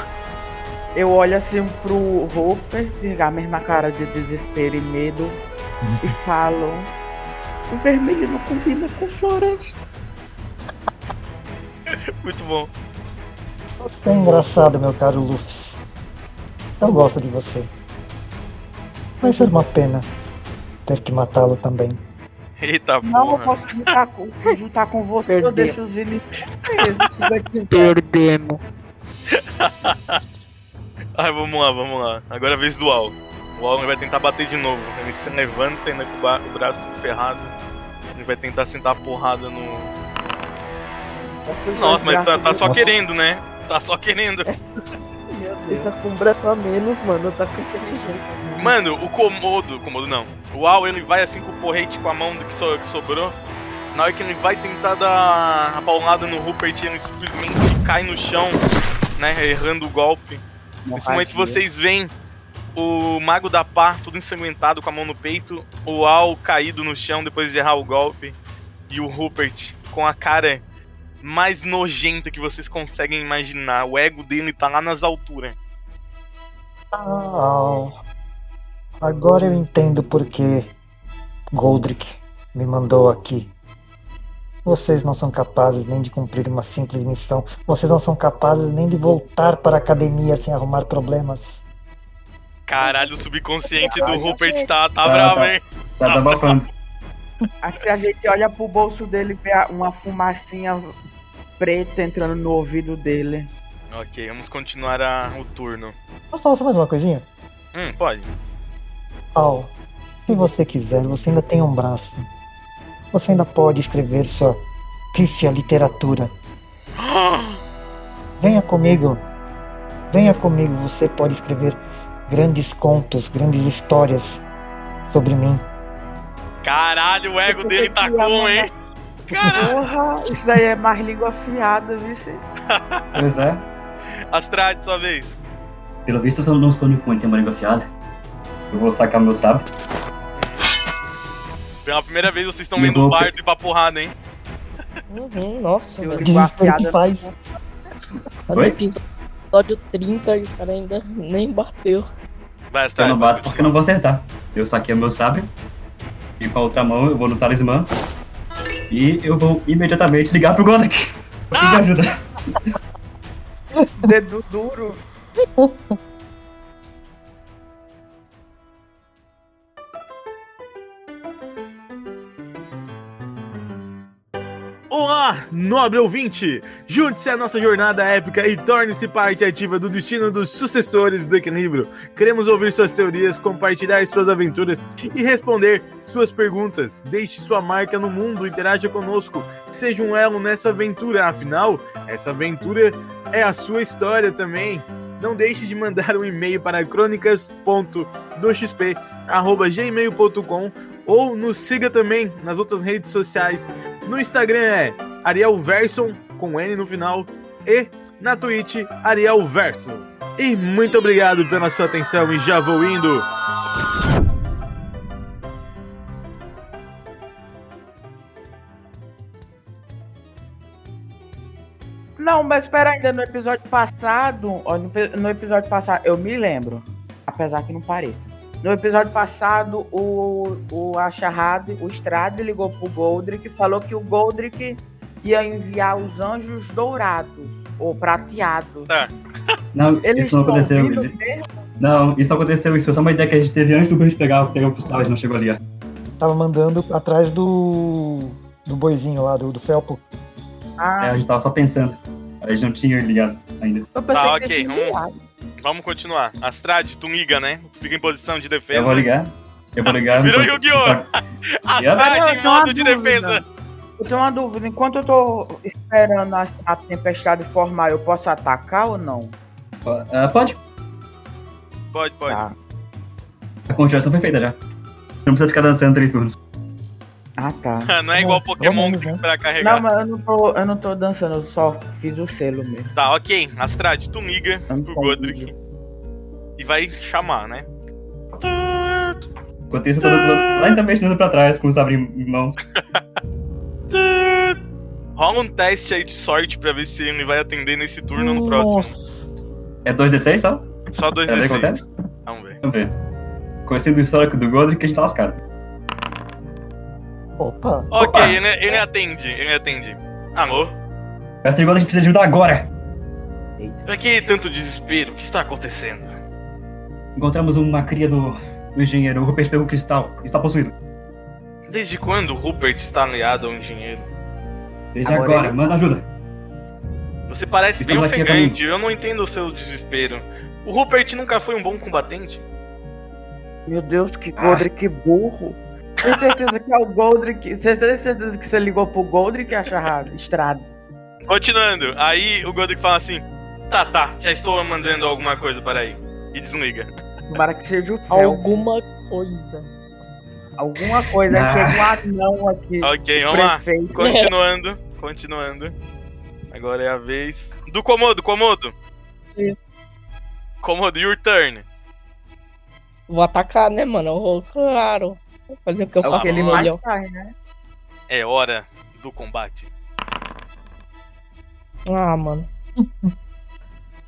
[SPEAKER 4] Eu olho assim pro Rupert, ficar a mesma cara de desespero e medo, e falo: O vermelho não combina com floresta.
[SPEAKER 1] muito bom.
[SPEAKER 3] Você é engraçado, meu caro Luffy. Eu gosto de você. Vai ser uma pena ter que matá-lo também.
[SPEAKER 1] Eita
[SPEAKER 4] Não, eu
[SPEAKER 1] porra.
[SPEAKER 4] posso juntar com, juntar com você,
[SPEAKER 6] Perdeu.
[SPEAKER 4] eu deixo os inimigos presos aqui.
[SPEAKER 6] Perdemos.
[SPEAKER 1] Ai, vamos lá, vamos lá. Agora é a vez do Al. O Al vai tentar bater de novo. Ele se levanta ainda com o ba- o braço todo ferrado. Ele vai tentar sentar a porrada no. Nossa, mas tá, tá só
[SPEAKER 3] Nossa.
[SPEAKER 1] querendo, né? Tá só querendo.
[SPEAKER 6] Meu Deus, tá com um braço a menos, mano. Tá com inteligente.
[SPEAKER 1] Mano, o Komodo. Komodo não. O Al ele vai assim com o porrete com a mão do que, so- que sobrou. Na hora que ele vai tentar dar a paulada no Rupert, ele simplesmente cai no chão, né? Errando o golpe. Nesse momento vocês veem o Mago da Pá todo ensanguentado com a mão no peito, o Al caído no chão depois de errar o golpe, e o Rupert com a cara mais nojenta que vocês conseguem imaginar. O ego dele tá lá nas alturas.
[SPEAKER 3] Ah, agora eu entendo por que Goldrick me mandou aqui. Vocês não são capazes nem de cumprir uma simples missão. Vocês não são capazes nem de voltar para a academia sem arrumar problemas.
[SPEAKER 1] Caralho, o subconsciente do Rupert tá, tá
[SPEAKER 5] Tá,
[SPEAKER 1] bravo,
[SPEAKER 5] tá.
[SPEAKER 1] hein?
[SPEAKER 5] Tá
[SPEAKER 4] Ah.
[SPEAKER 5] desabafando.
[SPEAKER 4] Assim a gente olha pro bolso dele e vê a- uma fumacinha preta entrando no ouvido dele.
[SPEAKER 1] Ok, vamos continuar a- o turno.
[SPEAKER 3] Posso falar só mais uma coisinha?
[SPEAKER 1] Hum, pode.
[SPEAKER 3] Al, se você quiser, você ainda tem um braço. Você ainda pode escrever sua pífia literatura. Venha comigo. Venha comigo, você pode escrever grandes contos, grandes histórias sobre mim.
[SPEAKER 1] Caralho, o ego dele tá com, hein? Ah.
[SPEAKER 4] Porra, isso daí é mais língua afiada, viu? cê?
[SPEAKER 5] Pois é.
[SPEAKER 1] Astrade, sua vez.
[SPEAKER 5] Pelo visto, eu não sou o único que tem uma língua afiada. Eu vou sacar meu sábio.
[SPEAKER 1] Pela primeira vez vocês estão
[SPEAKER 5] Me
[SPEAKER 1] vendo o
[SPEAKER 5] dou-
[SPEAKER 1] bardo e pra porrada, hein?
[SPEAKER 6] Uhum, nossa,
[SPEAKER 4] Eu
[SPEAKER 6] velho.
[SPEAKER 4] li-
[SPEAKER 3] Desespero que
[SPEAKER 4] Guafiada.
[SPEAKER 3] faz.
[SPEAKER 6] Tá no
[SPEAKER 5] Oi?
[SPEAKER 6] episódio 30 e o cara ainda nem bateu.
[SPEAKER 1] Vai,
[SPEAKER 5] Eu
[SPEAKER 1] Astrade.
[SPEAKER 5] não bato porque eu não vou acertar. Eu saquei o meu sabre. E com a outra mão eu vou no talismã. E eu vou imediatamente ligar pro Godek. Eu
[SPEAKER 4] Ah!
[SPEAKER 5] preciso de ajuda.
[SPEAKER 4] Dedo duro.
[SPEAKER 7] Olá, nobre ouvinte! Junte-se à nossa jornada épica e torne-se parte ativa do destino dos sucessores do equilíbrio. Queremos ouvir suas teorias, compartilhar suas aventuras e responder suas perguntas. Deixe sua marca no mundo, interaja conosco, seja um elo nessa aventura. Afinal, essa aventura é a sua história também. Não deixe de mandar um e-mail para crônicas.doxp.gmail.com ou nos siga também nas outras redes sociais no Instagram é Ariel Verson, com N no final, e na Twitch, Ariel Verso. E muito obrigado pela sua atenção e já vou indo.
[SPEAKER 4] Não, mas pera ainda no episódio passado. ó, No, pe- no episódio passado, eu me lembro. Apesar que não pareça. No episódio passado, o, o Acharrado, o Strade ligou pro Goldrick e falou que o Goldrick ia enviar os anjos dourados ou prateados.
[SPEAKER 5] Não,
[SPEAKER 4] Eles
[SPEAKER 5] isso não
[SPEAKER 4] estão
[SPEAKER 5] aconteceu. né?
[SPEAKER 4] vindo mesmo?
[SPEAKER 5] Não, isso não aconteceu. Isso foi só uma ideia que a gente teve antes do Rush pegar, pegar o cristal, a gente não chegou ali. ó.
[SPEAKER 3] Tava mandando atrás do. do boizinho lá, do, do Felpo.
[SPEAKER 5] É,
[SPEAKER 4] Ah,
[SPEAKER 5] a gente tava só pensando. A gente não tinha ligado ainda.
[SPEAKER 4] eu pensei
[SPEAKER 1] Tá,
[SPEAKER 4] que
[SPEAKER 1] ok,
[SPEAKER 4] eles
[SPEAKER 1] vamos-
[SPEAKER 4] enviaram.
[SPEAKER 1] Vamos continuar. Astrad, tu liga, né? Tu Fica em posição de defesa.
[SPEAKER 5] Eu vou ligar. Eu vou ligar.
[SPEAKER 1] Virou
[SPEAKER 5] depois-
[SPEAKER 1] Yu-Gi-Oh!
[SPEAKER 5] Yep.
[SPEAKER 1] Astrad
[SPEAKER 4] Mas eu
[SPEAKER 1] em
[SPEAKER 4] tenho uma
[SPEAKER 1] modo de
[SPEAKER 4] dúvida.
[SPEAKER 1] defesa.
[SPEAKER 4] Eu tenho uma dúvida. Enquanto eu tô esperando a, a tempestade formar, eu posso atacar ou não?
[SPEAKER 5] Ah, Pode.
[SPEAKER 1] Pode, pode.
[SPEAKER 4] Tá.
[SPEAKER 5] A continuação foi feita já. Não precisa ficar dançando três turnos.
[SPEAKER 4] Ah, tá.
[SPEAKER 1] Não é igual Pokémon que
[SPEAKER 3] Vamos,
[SPEAKER 1] tem
[SPEAKER 3] né?
[SPEAKER 1] pra
[SPEAKER 4] Não,
[SPEAKER 1] carregar.
[SPEAKER 4] mas eu não tô, eu não tô dançando, eu só fiz o selo mesmo.
[SPEAKER 1] Tá, ok. Astrad, tu liga
[SPEAKER 4] Eu não
[SPEAKER 1] pro
[SPEAKER 4] tô
[SPEAKER 1] Godric
[SPEAKER 4] vídeo.
[SPEAKER 1] e vai chamar, né?
[SPEAKER 5] Enquanto isso, eu tô dando- lentamente andando pra trás com o sabre em mãos.
[SPEAKER 1] Rola um teste aí de sorte pra ver se ele vai atender nesse turno ou no próximo.
[SPEAKER 3] Nossa.
[SPEAKER 5] É 2d6 só?
[SPEAKER 1] Só dois
[SPEAKER 5] É o que
[SPEAKER 1] desses.
[SPEAKER 5] acontece?
[SPEAKER 1] Vamos ver.
[SPEAKER 5] Vamos ver. Conhecendo o histórico do Godric, a gente tá lascado.
[SPEAKER 3] Opa.
[SPEAKER 1] Ok,
[SPEAKER 5] Opa!
[SPEAKER 1] ele, ele atende, ele atende. Alô?
[SPEAKER 5] Mestre Godric precisa de ajuda agora!
[SPEAKER 1] Pra que tanto desespero? O que está acontecendo?
[SPEAKER 5] Encontramos uma cria do, do engenheiro. O Rupert pegou o cristal. Está possuído.
[SPEAKER 1] Desde quando o Rupert está aliado ao engenheiro?
[SPEAKER 5] Desde
[SPEAKER 4] Agora
[SPEAKER 5] agora,
[SPEAKER 4] ele-
[SPEAKER 5] manda ajuda.
[SPEAKER 1] Você parece bem
[SPEAKER 5] Estamos aqui a
[SPEAKER 1] ofegante, eu não entendo o seu desespero. O Rupert nunca foi um bom combatente.
[SPEAKER 4] Meu Deus, que Goldrick burro. Tem certeza que é o Goldrick. Você tem certeza que você ligou pro Goldrick e acha errado? Estrada.
[SPEAKER 1] Continuando, aí o Godric fala assim: Tá, tá, já estou mandando alguma coisa para aí. E desliga.
[SPEAKER 4] Tomara que seja É o céu.
[SPEAKER 6] Alguma coisa.
[SPEAKER 4] Alguma coisa.
[SPEAKER 5] Ah.
[SPEAKER 4] Aí chega um anão aqui.
[SPEAKER 1] Ok, vamos lá.
[SPEAKER 4] prefeito.
[SPEAKER 1] Continuando, continuando. Agora é a vez. Do Komodo, Komodo!
[SPEAKER 6] Sim.
[SPEAKER 1] Komodo, your turn.
[SPEAKER 6] Vou atacar, né, mano? Eu vou, claro. Vou fazer o que eu
[SPEAKER 4] É o que
[SPEAKER 6] faço
[SPEAKER 4] ele
[SPEAKER 6] melhor.
[SPEAKER 4] mais faz, né?
[SPEAKER 1] É hora do combate.
[SPEAKER 6] Ah, mano.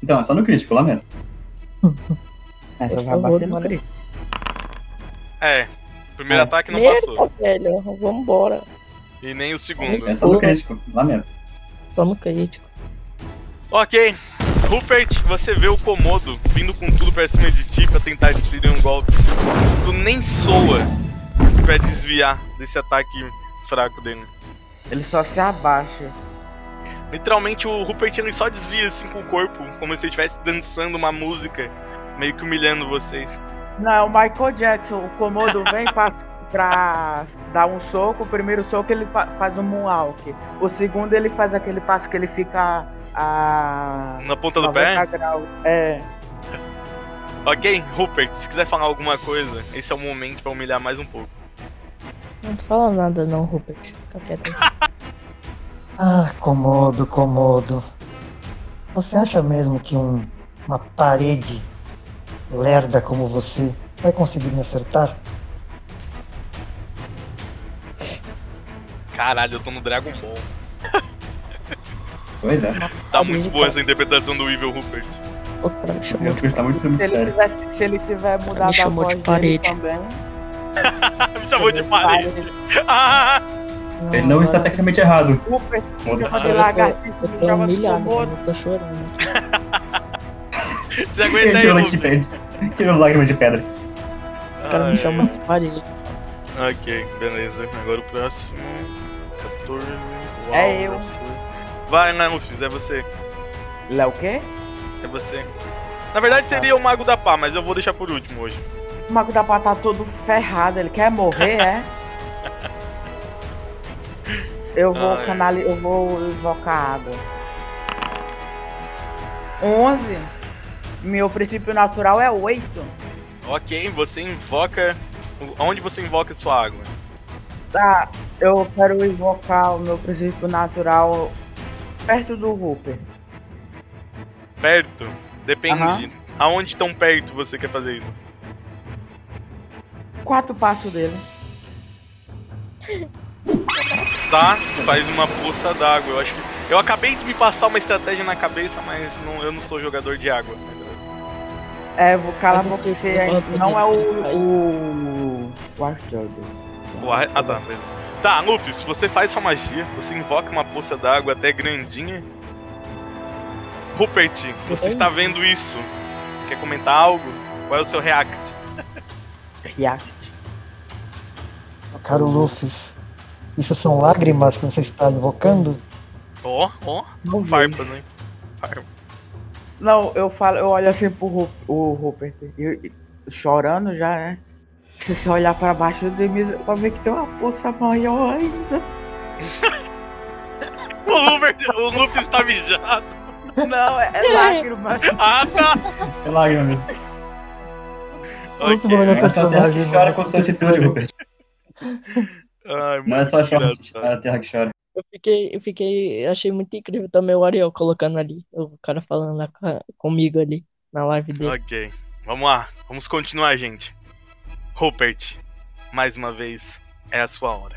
[SPEAKER 5] Então, é só no crítico, lamento.
[SPEAKER 4] Essa
[SPEAKER 6] Por
[SPEAKER 4] vai
[SPEAKER 6] favor,
[SPEAKER 4] bater no
[SPEAKER 6] mano.
[SPEAKER 4] Cristo.
[SPEAKER 1] É, primeiro ataque não
[SPEAKER 6] Merda,
[SPEAKER 1] passou.
[SPEAKER 6] velho. Vambora.
[SPEAKER 1] E nem o segundo.
[SPEAKER 5] É só no crítico, lamento.
[SPEAKER 6] Só no crítico.
[SPEAKER 1] Ok. Rupert, você vê o Komodo vindo com tudo pra cima de ti pra tentar desferir um golpe. Tu nem soa pra desviar desse ataque fraco dele.
[SPEAKER 4] Ele só se abaixa.
[SPEAKER 1] Literalmente o Rupert ele só desvia assim com o corpo, como se ele estivesse dançando uma música, meio que humilhando vocês.
[SPEAKER 4] Não, é o Michael Jackson. O Komodo vem pra, pra dar um soco. O primeiro soco ele fa- faz um moonwalk. O segundo ele faz aquele passo que ele fica a.
[SPEAKER 1] Na ponta do
[SPEAKER 4] 90
[SPEAKER 1] pé?
[SPEAKER 4] graus. É.
[SPEAKER 1] Ok, Rupert, se quiser falar alguma coisa, esse é o momento pra humilhar mais um pouco.
[SPEAKER 6] Não fala nada, não, Rupert. Fica quieto.
[SPEAKER 3] Ah, Comodo, Comodo. Você acha mesmo que um, uma parede lerda como você vai conseguir me acertar?
[SPEAKER 1] Caralho, eu tô no Dragon Ball.
[SPEAKER 5] Pois é.
[SPEAKER 1] Tá muito boa essa interpretação do Evil Rupert.
[SPEAKER 6] O cara me chamou
[SPEAKER 5] Meu
[SPEAKER 6] de
[SPEAKER 5] Deus, tá muito, muito
[SPEAKER 4] Se ele,
[SPEAKER 5] sério.
[SPEAKER 4] tivesse, se ele tiver mudado a
[SPEAKER 6] chamou de
[SPEAKER 4] voz dele
[SPEAKER 6] parede.
[SPEAKER 4] também.
[SPEAKER 1] Me chamou de parede. Ah,
[SPEAKER 5] Ele não está tecnicamente errado.
[SPEAKER 4] Cooper, chama de
[SPEAKER 6] Eu tô-
[SPEAKER 4] lagartixa,
[SPEAKER 6] Eu tô
[SPEAKER 4] chama de
[SPEAKER 6] humilhado, né?
[SPEAKER 4] komodo.
[SPEAKER 6] mano, eu tô chorando.
[SPEAKER 1] você aguenta
[SPEAKER 5] Ele
[SPEAKER 1] aí,
[SPEAKER 5] tirou leite de
[SPEAKER 1] Lucas?
[SPEAKER 5] pedra. Tirou lágrimas de pedra.
[SPEAKER 6] O cara
[SPEAKER 1] Ai,
[SPEAKER 6] me chama de parede.
[SPEAKER 1] Ah, é. Ok, beleza. Agora o próximo. 14. Uau,
[SPEAKER 4] É eu.
[SPEAKER 1] Vai, né, Rufus? É você.
[SPEAKER 4] Lá o quê?
[SPEAKER 1] É você. Na
[SPEAKER 4] Tá.
[SPEAKER 1] verdade seria o Mago da Pá, mas eu vou deixar por último hoje.
[SPEAKER 4] O Mago da Pá tá todo ferrado, ele quer morrer, é? Eu vou
[SPEAKER 1] Ai.
[SPEAKER 4] canali... eu vou invocar água. 11. Meu princípio natural é 8.
[SPEAKER 1] Ok, você invoca. o- Onde você invoca sua água?
[SPEAKER 4] Tá, eu quero invocar o meu princípio natural perto do Rupert.
[SPEAKER 1] Perto? Depende.
[SPEAKER 4] Aham.
[SPEAKER 1] Aonde tão perto você quer fazer isso?
[SPEAKER 4] Quatro passos dele.
[SPEAKER 1] Tá, faz uma poça d'água. Eu acho que. Eu acabei de me passar uma estratégia na cabeça, mas não- eu não sou jogador de água.
[SPEAKER 4] É, vou calar
[SPEAKER 6] Mas
[SPEAKER 4] porque
[SPEAKER 6] eu
[SPEAKER 4] você
[SPEAKER 6] sei, eu vou
[SPEAKER 4] não é
[SPEAKER 6] tentar.
[SPEAKER 4] o. o. o Astro.
[SPEAKER 1] O ar- Ah, tá, beleza. Tá, Lufus, você faz sua magia, você invoca uma poça d'água até grandinha. Rupert, você
[SPEAKER 6] Oi?
[SPEAKER 1] está vendo isso? Quer comentar algo? Qual é o seu react?
[SPEAKER 4] React.
[SPEAKER 3] Caro Lufus, isso são lágrimas que você está invocando?
[SPEAKER 1] Ó, ó,
[SPEAKER 4] Não
[SPEAKER 1] farpa, né?
[SPEAKER 4] Não, eu falo, eu olho assim pro Ru- o Rupert, e- e- chorando já, né? Se você olhar pra baixo do mesa, vai ver que tem uma poça maior ainda.
[SPEAKER 1] O Rupert, o Lufus está mijado.
[SPEAKER 4] Não, é, é lágrima.
[SPEAKER 1] Ah, tá!
[SPEAKER 5] É lágrima mesmo.
[SPEAKER 3] Muito
[SPEAKER 1] Ok.
[SPEAKER 3] bom, né?
[SPEAKER 5] Essa é a terra que chora com sua atitude, Rupert.
[SPEAKER 1] Ai,
[SPEAKER 5] Não é só a terra que
[SPEAKER 1] engraçado.
[SPEAKER 5] chora, a terra que chora.
[SPEAKER 6] Eu fiquei, eu fiquei, achei muito incrível também o Ariel colocando ali, o cara falando lá com a- comigo ali, na live dele.
[SPEAKER 1] Ok, vamos lá. Vamos continuar, gente. Rupert, mais uma vez, é a sua hora.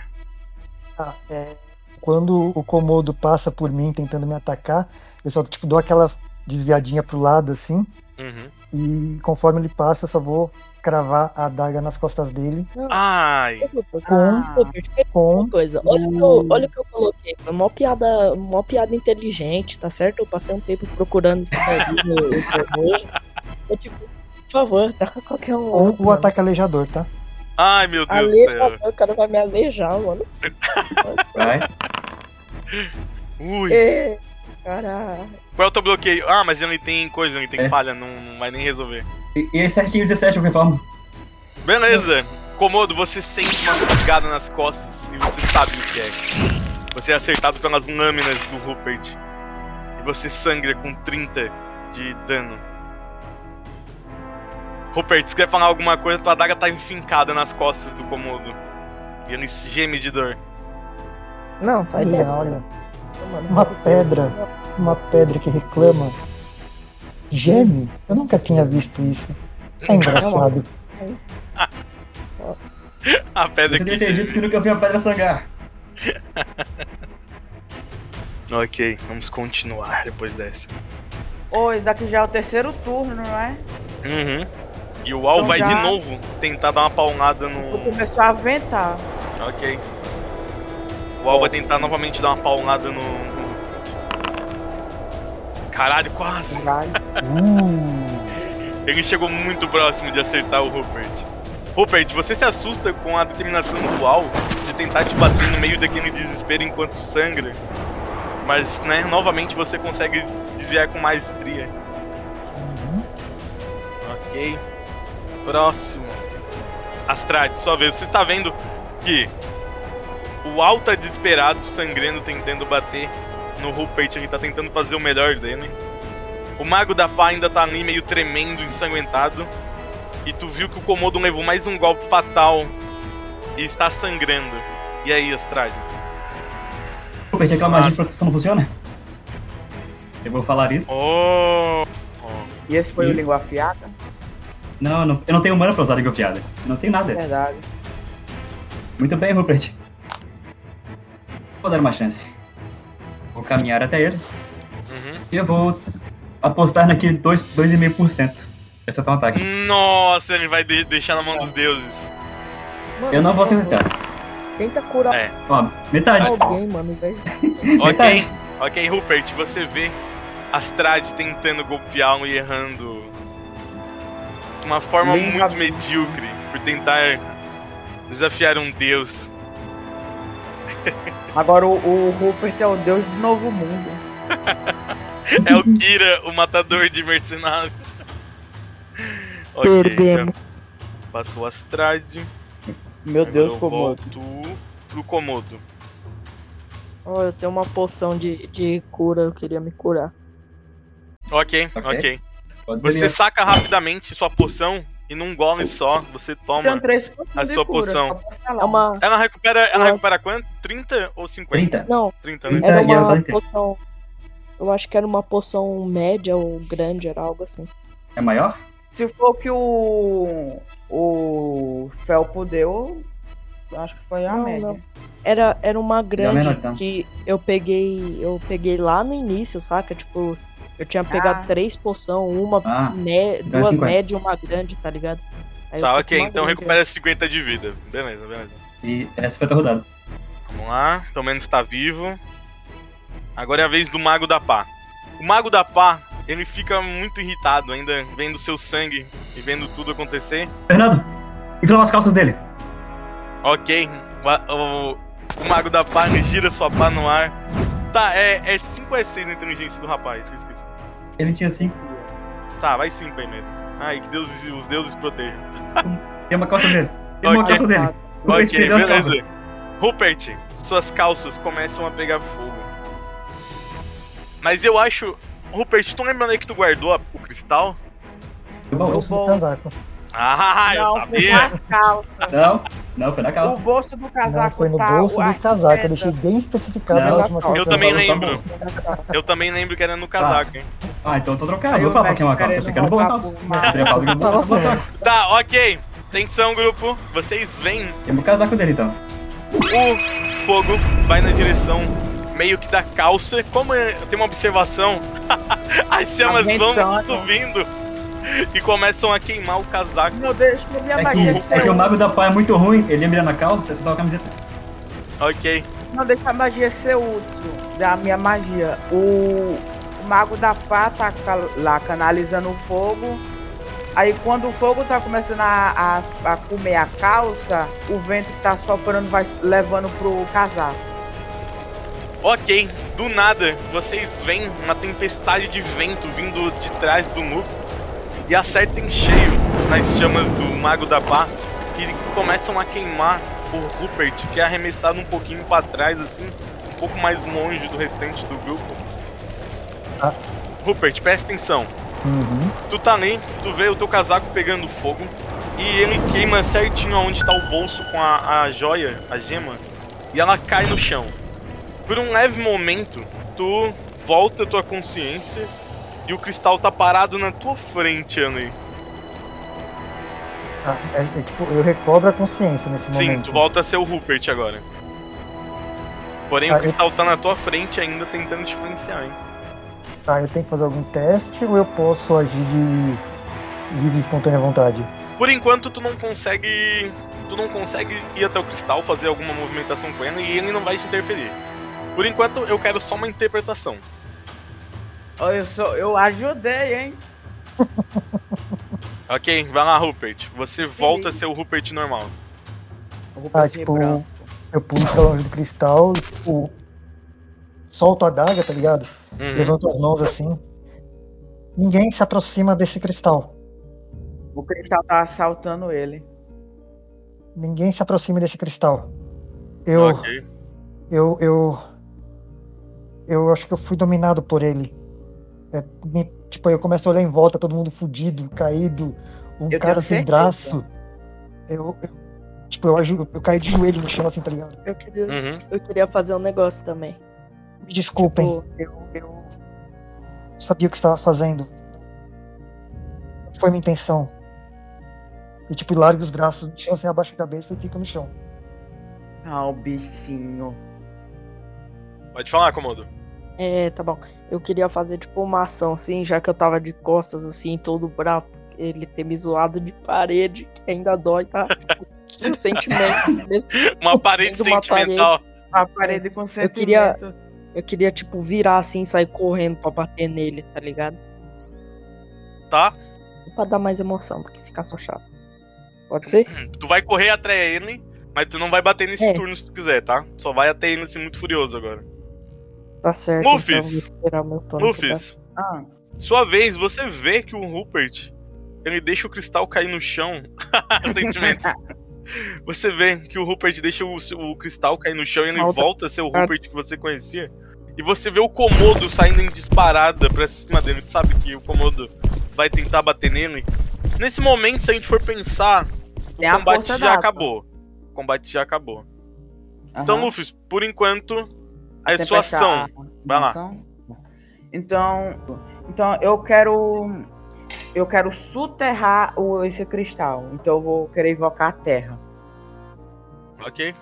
[SPEAKER 3] Ah, é, quando o Komodo passa por mim tentando me atacar, eu só tipo, dou aquela desviadinha pro lado assim,
[SPEAKER 1] Uhum.
[SPEAKER 3] e conforme ele passa, eu só vou cravar a adaga nas costas dele
[SPEAKER 1] Ai, Ah.
[SPEAKER 3] com,
[SPEAKER 6] Pô, Pedro, tem
[SPEAKER 3] com
[SPEAKER 6] uma coisa, olha o que
[SPEAKER 3] Hum.
[SPEAKER 6] eu, olha o que eu coloquei, foi uma piada, uma piada inteligente, tá certo? Eu passei um tempo procurando isso daí no no Google. Eu, tipo, por favor, taca qualquer um.
[SPEAKER 3] com
[SPEAKER 6] outro,
[SPEAKER 3] o
[SPEAKER 6] mano.
[SPEAKER 3] ataque alejador, tá?
[SPEAKER 1] ai meu Deus do céu.
[SPEAKER 6] Aleja, o cara vai me aleijar, mano.
[SPEAKER 5] Vai.
[SPEAKER 1] Ui.
[SPEAKER 6] É, caralho.
[SPEAKER 1] Qual é o teu bloqueio? Ah, mas ele tem coisa, ele tem
[SPEAKER 5] É.
[SPEAKER 1] falha, não, não vai nem resolver.
[SPEAKER 5] E, e é certinho 17 de qualquer forma.
[SPEAKER 1] Beleza! Komodo, você sente uma rasgada nas costas e você sabe o que é. Você é acertado pelas lâminas do Rupert. E você sangra com 30 de dano. Rupert, se quer falar alguma coisa, tua adaga tá enfincada nas costas do Komodo. E ele geme de dor.
[SPEAKER 6] Não, sai
[SPEAKER 3] Olha,
[SPEAKER 6] dessa.
[SPEAKER 3] É, olha,
[SPEAKER 6] mano.
[SPEAKER 3] uma pedra. uma pedra que reclama geme. Eu nunca tinha visto isso. É engraçado.
[SPEAKER 1] A pedra
[SPEAKER 5] Você
[SPEAKER 1] que
[SPEAKER 5] devia ter
[SPEAKER 1] geme.
[SPEAKER 5] dito que nunca vi uma pedra sangrar.
[SPEAKER 1] Ok, vamos continuar depois dessa.
[SPEAKER 4] Ô, isso aqui já é o terceiro turno, não é?
[SPEAKER 1] Uhum. E o Al
[SPEAKER 4] Então
[SPEAKER 1] vai de
[SPEAKER 4] já-
[SPEAKER 1] novo tentar dar uma paulada no.
[SPEAKER 4] Vou começar a ventar.
[SPEAKER 1] Ok. O Al vai tentar novamente dar uma paulada no. no- Caralho, quase!
[SPEAKER 4] Caralho.
[SPEAKER 1] Ele chegou muito próximo de acertar o Rupert. Rupert, você se assusta com a determinação do Al de tentar te bater no meio daquele desespero enquanto sangra. Mas, né, novamente você consegue desviar com maestria. Ok. Próximo. Astrade, sua vez. Você está vendo que o Al tá desesperado, sangrando, tentando bater no Rupert. Ele tá tentando fazer o melhor dele. O Mago da Pá ainda tá ali meio tremendo, ensanguentado. E tu viu que o Komodo levou mais um golpe fatal e está sangrando. E aí, Astrade?
[SPEAKER 5] Rupert, aquela magia de proteção não funciona? Eu vou falar isso.
[SPEAKER 1] Oh!
[SPEAKER 4] E esse foi
[SPEAKER 5] Ih.
[SPEAKER 4] o língua afiada?
[SPEAKER 5] Não, não- eu não tenho mana pra usar língua fiada. Eu Não tenho nada.
[SPEAKER 4] Verdade.
[SPEAKER 5] Muito bem, Rupert. Vou dar uma chance. Vou caminhar até ele
[SPEAKER 1] Uhum.
[SPEAKER 5] e eu vou apostar naquele 2, 2,5%. Esse é um ataque.
[SPEAKER 1] Nossa, ele vai de- deixar na mão dos deuses.
[SPEAKER 6] Mano,
[SPEAKER 5] Eu não vou
[SPEAKER 6] por favor,
[SPEAKER 5] acertar.
[SPEAKER 6] Tenta curar
[SPEAKER 1] É.
[SPEAKER 5] Ó, metade.
[SPEAKER 6] alguém, mano. em vez de-
[SPEAKER 1] Ok, ok, Rupert, você vê Astrad tentando golpear um e errando. De uma forma
[SPEAKER 4] Nem
[SPEAKER 1] muito
[SPEAKER 4] a-
[SPEAKER 1] medíocre por tentar desafiar um deus.
[SPEAKER 4] Agora o, o Rupert é o deus do novo mundo.
[SPEAKER 1] É o Kira, o matador de mercenários. Ok,
[SPEAKER 6] Perdemos.
[SPEAKER 1] já passou Astrad.
[SPEAKER 4] Meu
[SPEAKER 1] Agora
[SPEAKER 4] Deus,
[SPEAKER 1] eu
[SPEAKER 4] como
[SPEAKER 1] volto pro Komodo.
[SPEAKER 6] Ó, eu tenho uma poção de, de cura, eu queria me curar.
[SPEAKER 1] Ok,
[SPEAKER 5] Ok.
[SPEAKER 1] ok.
[SPEAKER 5] Pode
[SPEAKER 1] Você
[SPEAKER 5] Daniel.
[SPEAKER 1] saca rapidamente sua poção e num gole só você
[SPEAKER 4] Tem um
[SPEAKER 1] toma.
[SPEAKER 4] três poções
[SPEAKER 1] a
[SPEAKER 4] de
[SPEAKER 1] sua
[SPEAKER 4] cura,
[SPEAKER 1] poção.
[SPEAKER 4] só pra falar.
[SPEAKER 6] É uma.
[SPEAKER 1] Ela recupera, ela
[SPEAKER 6] Não.
[SPEAKER 1] recupera quanto? 30 ou 50?
[SPEAKER 5] 30.
[SPEAKER 6] Não,
[SPEAKER 1] 30, né?
[SPEAKER 5] É.
[SPEAKER 6] era
[SPEAKER 5] e ela tá
[SPEAKER 6] uma
[SPEAKER 5] inteira.
[SPEAKER 6] poção. Eu acho que era uma poção média ou grande, era algo assim.
[SPEAKER 5] É maior?
[SPEAKER 4] Se for o que o. O Felpo deu, eu acho que foi a
[SPEAKER 6] Não,
[SPEAKER 4] média.
[SPEAKER 6] não. Era, era uma grande
[SPEAKER 5] menor, então.
[SPEAKER 6] que eu peguei. Eu peguei lá no início, saca? Tipo, eu tinha pegado
[SPEAKER 4] Ah.
[SPEAKER 6] três poções, uma
[SPEAKER 5] Ah,
[SPEAKER 6] mé-
[SPEAKER 5] então é
[SPEAKER 6] duas
[SPEAKER 5] 50.
[SPEAKER 6] médias e uma grande, tá ligado? Aí eu
[SPEAKER 1] Tá,
[SPEAKER 6] tô
[SPEAKER 1] ok,
[SPEAKER 6] com uma
[SPEAKER 1] então
[SPEAKER 6] grande.
[SPEAKER 1] recupera 50 de vida. Beleza, beleza.
[SPEAKER 5] E essa foi a rodada.
[SPEAKER 1] Vamos lá, pelo menos tá vivo. Agora é a vez do Mago da Pá. O Mago da Pá, ele fica muito irritado ainda vendo seu sangue e vendo tudo acontecer.
[SPEAKER 5] Fernando, inflama as calças dele.
[SPEAKER 1] Ok, o, a- o- o Mago da Pá ele gira sua pá no ar. Tá, é, é 5 ou é 6 a inteligência do rapaz? Eu esqueci.
[SPEAKER 5] Ele tinha cinco.
[SPEAKER 1] Tá, vai 5 aí mesmo. Ai, que Deus, os deuses protejam.
[SPEAKER 5] Tem uma calça dele. Tem uma
[SPEAKER 1] Ok.
[SPEAKER 5] calça dele. Ele
[SPEAKER 1] Ok,
[SPEAKER 5] perdeu as calças.
[SPEAKER 1] beleza. Rupert, suas calças começam a pegar fogo. Mas eu acho. Rupert, tu lembra onde é que tu guardou a- o cristal?
[SPEAKER 5] Foi bom.
[SPEAKER 3] Bolso do casaco.
[SPEAKER 1] Ah, eu
[SPEAKER 4] Não, foi
[SPEAKER 1] sabia!
[SPEAKER 4] nas calças.
[SPEAKER 5] Não, não, foi na
[SPEAKER 4] O
[SPEAKER 5] calça.
[SPEAKER 4] bolso do
[SPEAKER 3] Não,
[SPEAKER 4] casaco
[SPEAKER 3] foi no
[SPEAKER 4] tá.
[SPEAKER 3] bolso
[SPEAKER 4] o- a
[SPEAKER 3] do casaco. Eu
[SPEAKER 4] pedra.
[SPEAKER 3] deixei bem especificado
[SPEAKER 5] Não,
[SPEAKER 3] na última
[SPEAKER 6] eu
[SPEAKER 3] sessão. Uhum.
[SPEAKER 1] também
[SPEAKER 5] Falou só
[SPEAKER 1] lembro.
[SPEAKER 5] bolsa.
[SPEAKER 1] Eu também lembro que era no casaco, hein?
[SPEAKER 5] Ah, então eu tô trocado. Eu
[SPEAKER 4] Aí o
[SPEAKER 5] falava que é uma
[SPEAKER 4] Max
[SPEAKER 5] calça.
[SPEAKER 4] querendo
[SPEAKER 5] Você quer boa
[SPEAKER 4] roubar
[SPEAKER 5] calça?
[SPEAKER 4] pro Max.
[SPEAKER 5] Eu falava que é uma
[SPEAKER 6] Tava
[SPEAKER 5] calça.
[SPEAKER 1] Tá, ok. Atenção, grupo. Vocês veem
[SPEAKER 5] Tem um casaco dele, então.
[SPEAKER 1] O fogo vai na direção meio que da calça. Como é- tem uma observação, as chamas vão
[SPEAKER 4] Aumentando.
[SPEAKER 1] subindo e começam a queimar o casaco.
[SPEAKER 4] Meu Deus, que me
[SPEAKER 5] É que, é que
[SPEAKER 4] abasteceu.
[SPEAKER 5] o mago da pá é muito ruim. Ele ia mirar na calça, você tava com a camiseta.
[SPEAKER 1] Ok.
[SPEAKER 4] Não deixa a magia ser útil da minha magia. O, o mago da pá tá ca- lá canalizando o fogo. Aí quando o fogo tá começando a, a, a comer a calça, o vento que tá soprando vai levando pro casaco.
[SPEAKER 1] Ok. Do nada, vocês veem uma tempestade de vento vindo de trás do Mufus e acerta em cheio nas chamas do Mago da Pá e começam a queimar o Rupert, que é arremessado um pouquinho pra trás, assim, um pouco mais longe do restante do grupo.
[SPEAKER 3] Ah.
[SPEAKER 1] Rupert, presta atenção.
[SPEAKER 3] Uhum.
[SPEAKER 1] Tu tá nem, tu vê o teu casaco pegando fogo e ele queima certinho onde tá o bolso com a, a joia, a gema, e ela cai no chão. Por um leve momento, tu volta a tua consciência e o cristal tá parado na tua frente, Anne.
[SPEAKER 3] Ah, é- é tipo, eu recobro a consciência nesse
[SPEAKER 1] Sim,
[SPEAKER 3] momento. né?
[SPEAKER 1] tu volta a ser o Rupert agora. Porém,
[SPEAKER 3] Ah,
[SPEAKER 1] o
[SPEAKER 3] eu-
[SPEAKER 1] cristal tá na tua frente ainda tentando te influenciar, hein?
[SPEAKER 3] Tá, eu tenho que fazer algum teste ou eu posso agir de livre e espontânea vontade?
[SPEAKER 1] Por enquanto, tu não consegue. Tu não consegue ir até o cristal, fazer alguma movimentação com ele e ele não vai te interferir. Por enquanto, eu quero só uma interpretação.
[SPEAKER 4] Olha, Eu, sou, eu ajudei, hein?
[SPEAKER 1] Ok, vai lá, Rupert. Você volta a ser o Rupert normal.
[SPEAKER 4] Eu vou
[SPEAKER 3] Ah,
[SPEAKER 4] pedir
[SPEAKER 3] tipo,
[SPEAKER 4] branco.
[SPEAKER 3] Eu pulo pra longe do cristal, tipo, solto a adaga, tá ligado?
[SPEAKER 1] Uhum.
[SPEAKER 3] Levanto as mãos assim. Ninguém se aproxima desse cristal.
[SPEAKER 4] O cristal tá assaltando ele.
[SPEAKER 3] Ninguém se aproxima desse cristal. Eu,
[SPEAKER 1] Ok.
[SPEAKER 3] eu, eu, eu acho que eu fui dominado por ele. É, me- tipo, eu começo a olhar em volta, todo mundo fudido, caído, um
[SPEAKER 4] Eu
[SPEAKER 3] cara
[SPEAKER 4] tenho
[SPEAKER 3] sem
[SPEAKER 4] certeza.
[SPEAKER 3] braço. Eu, eu- tipo, eu, aju- eu caí de joelho no chão assim, tá ligado?
[SPEAKER 6] Eu queria,
[SPEAKER 1] Uhum.
[SPEAKER 6] eu queria fazer um negócio também.
[SPEAKER 3] Me desculpem,
[SPEAKER 6] Tipo,
[SPEAKER 3] eu, eu sabia o que estava fazendo. Não Foi minha intenção. E tipo, largo os braços no chão, assim, abaixo a cabeça e fico no chão.
[SPEAKER 4] Ah, o bichinho.
[SPEAKER 1] Pode falar, Komodo.
[SPEAKER 6] É, tá bom. Eu queria fazer tipo uma ação assim, já que eu tava de costas assim, todo bravo. Ele ter me zoado de parede, que ainda dói, tá? um sentimento. né? mesmo.
[SPEAKER 1] Uma parede
[SPEAKER 6] Uma parede.
[SPEAKER 1] sentimental.
[SPEAKER 4] A parede com sentimento.
[SPEAKER 6] queria- Eu queria, tipo, virar assim e sair correndo pra bater nele, tá ligado?
[SPEAKER 1] Tá.
[SPEAKER 6] Pra dar mais emoção do que ficar só chato. Pode ser?
[SPEAKER 1] Tu vai correr até ele, mas tu não vai bater nesse
[SPEAKER 6] É.
[SPEAKER 1] turno se tu quiser, tá? Só vai até ele assim, muito furioso agora.
[SPEAKER 6] Tá certo.
[SPEAKER 1] Mufis.
[SPEAKER 6] então eu vou esperar o meu tá plano chegar.
[SPEAKER 1] Luffy,
[SPEAKER 4] Ah,
[SPEAKER 1] sua vez, você vê que o Rupert, ele deixa o cristal cair no chão. Sentimento. Você vê que o Rupert deixa o, seu- o cristal cair no chão e ele
[SPEAKER 6] Falta-
[SPEAKER 1] volta a ser o Rupert que você conhecia. E você vê o Komodo saindo em disparada pra cima dele. Tu sabe que o Komodo vai tentar bater nele. Nesse momento, se a gente for pensar,
[SPEAKER 4] é
[SPEAKER 1] o
[SPEAKER 4] a
[SPEAKER 1] combate já
[SPEAKER 4] força da água.
[SPEAKER 1] acabou. O combate já acabou.
[SPEAKER 4] Aham.
[SPEAKER 1] Então, Luffy, por enquanto, é
[SPEAKER 4] Até
[SPEAKER 1] sua
[SPEAKER 4] fechar
[SPEAKER 1] ação.
[SPEAKER 4] a-
[SPEAKER 1] Vai lá.
[SPEAKER 4] ação. Então, então eu quero eu quero soterrar o, esse cristal. Então eu vou querer invocar a terra.
[SPEAKER 1] Ok?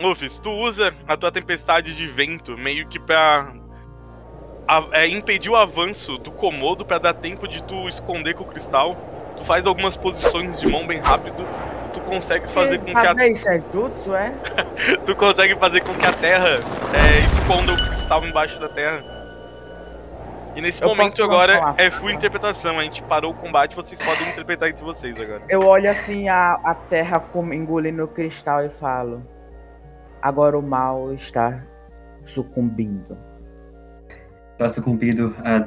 [SPEAKER 1] Luffy, tu usa a tua tempestade de vento meio que pra a- é, impedir o avanço do Komodo pra dar tempo de tu esconder com o cristal. Tu faz algumas posições de mão bem rápido. Tu consegue fazer com que a,
[SPEAKER 4] Sabe isso é jutsu, é?
[SPEAKER 1] tu consegue fazer com que a terra é, esconda o cristal embaixo da terra. E nesse
[SPEAKER 4] Eu
[SPEAKER 1] momento
[SPEAKER 4] posso
[SPEAKER 1] agora
[SPEAKER 4] falar.
[SPEAKER 1] é full interpretação. A gente parou o combate, vocês podem interpretar entre vocês agora.
[SPEAKER 4] Eu olho assim a, a terra como engolindo o cristal e falo: Agora o mal está sucumbindo.
[SPEAKER 5] Tá sucumbindo a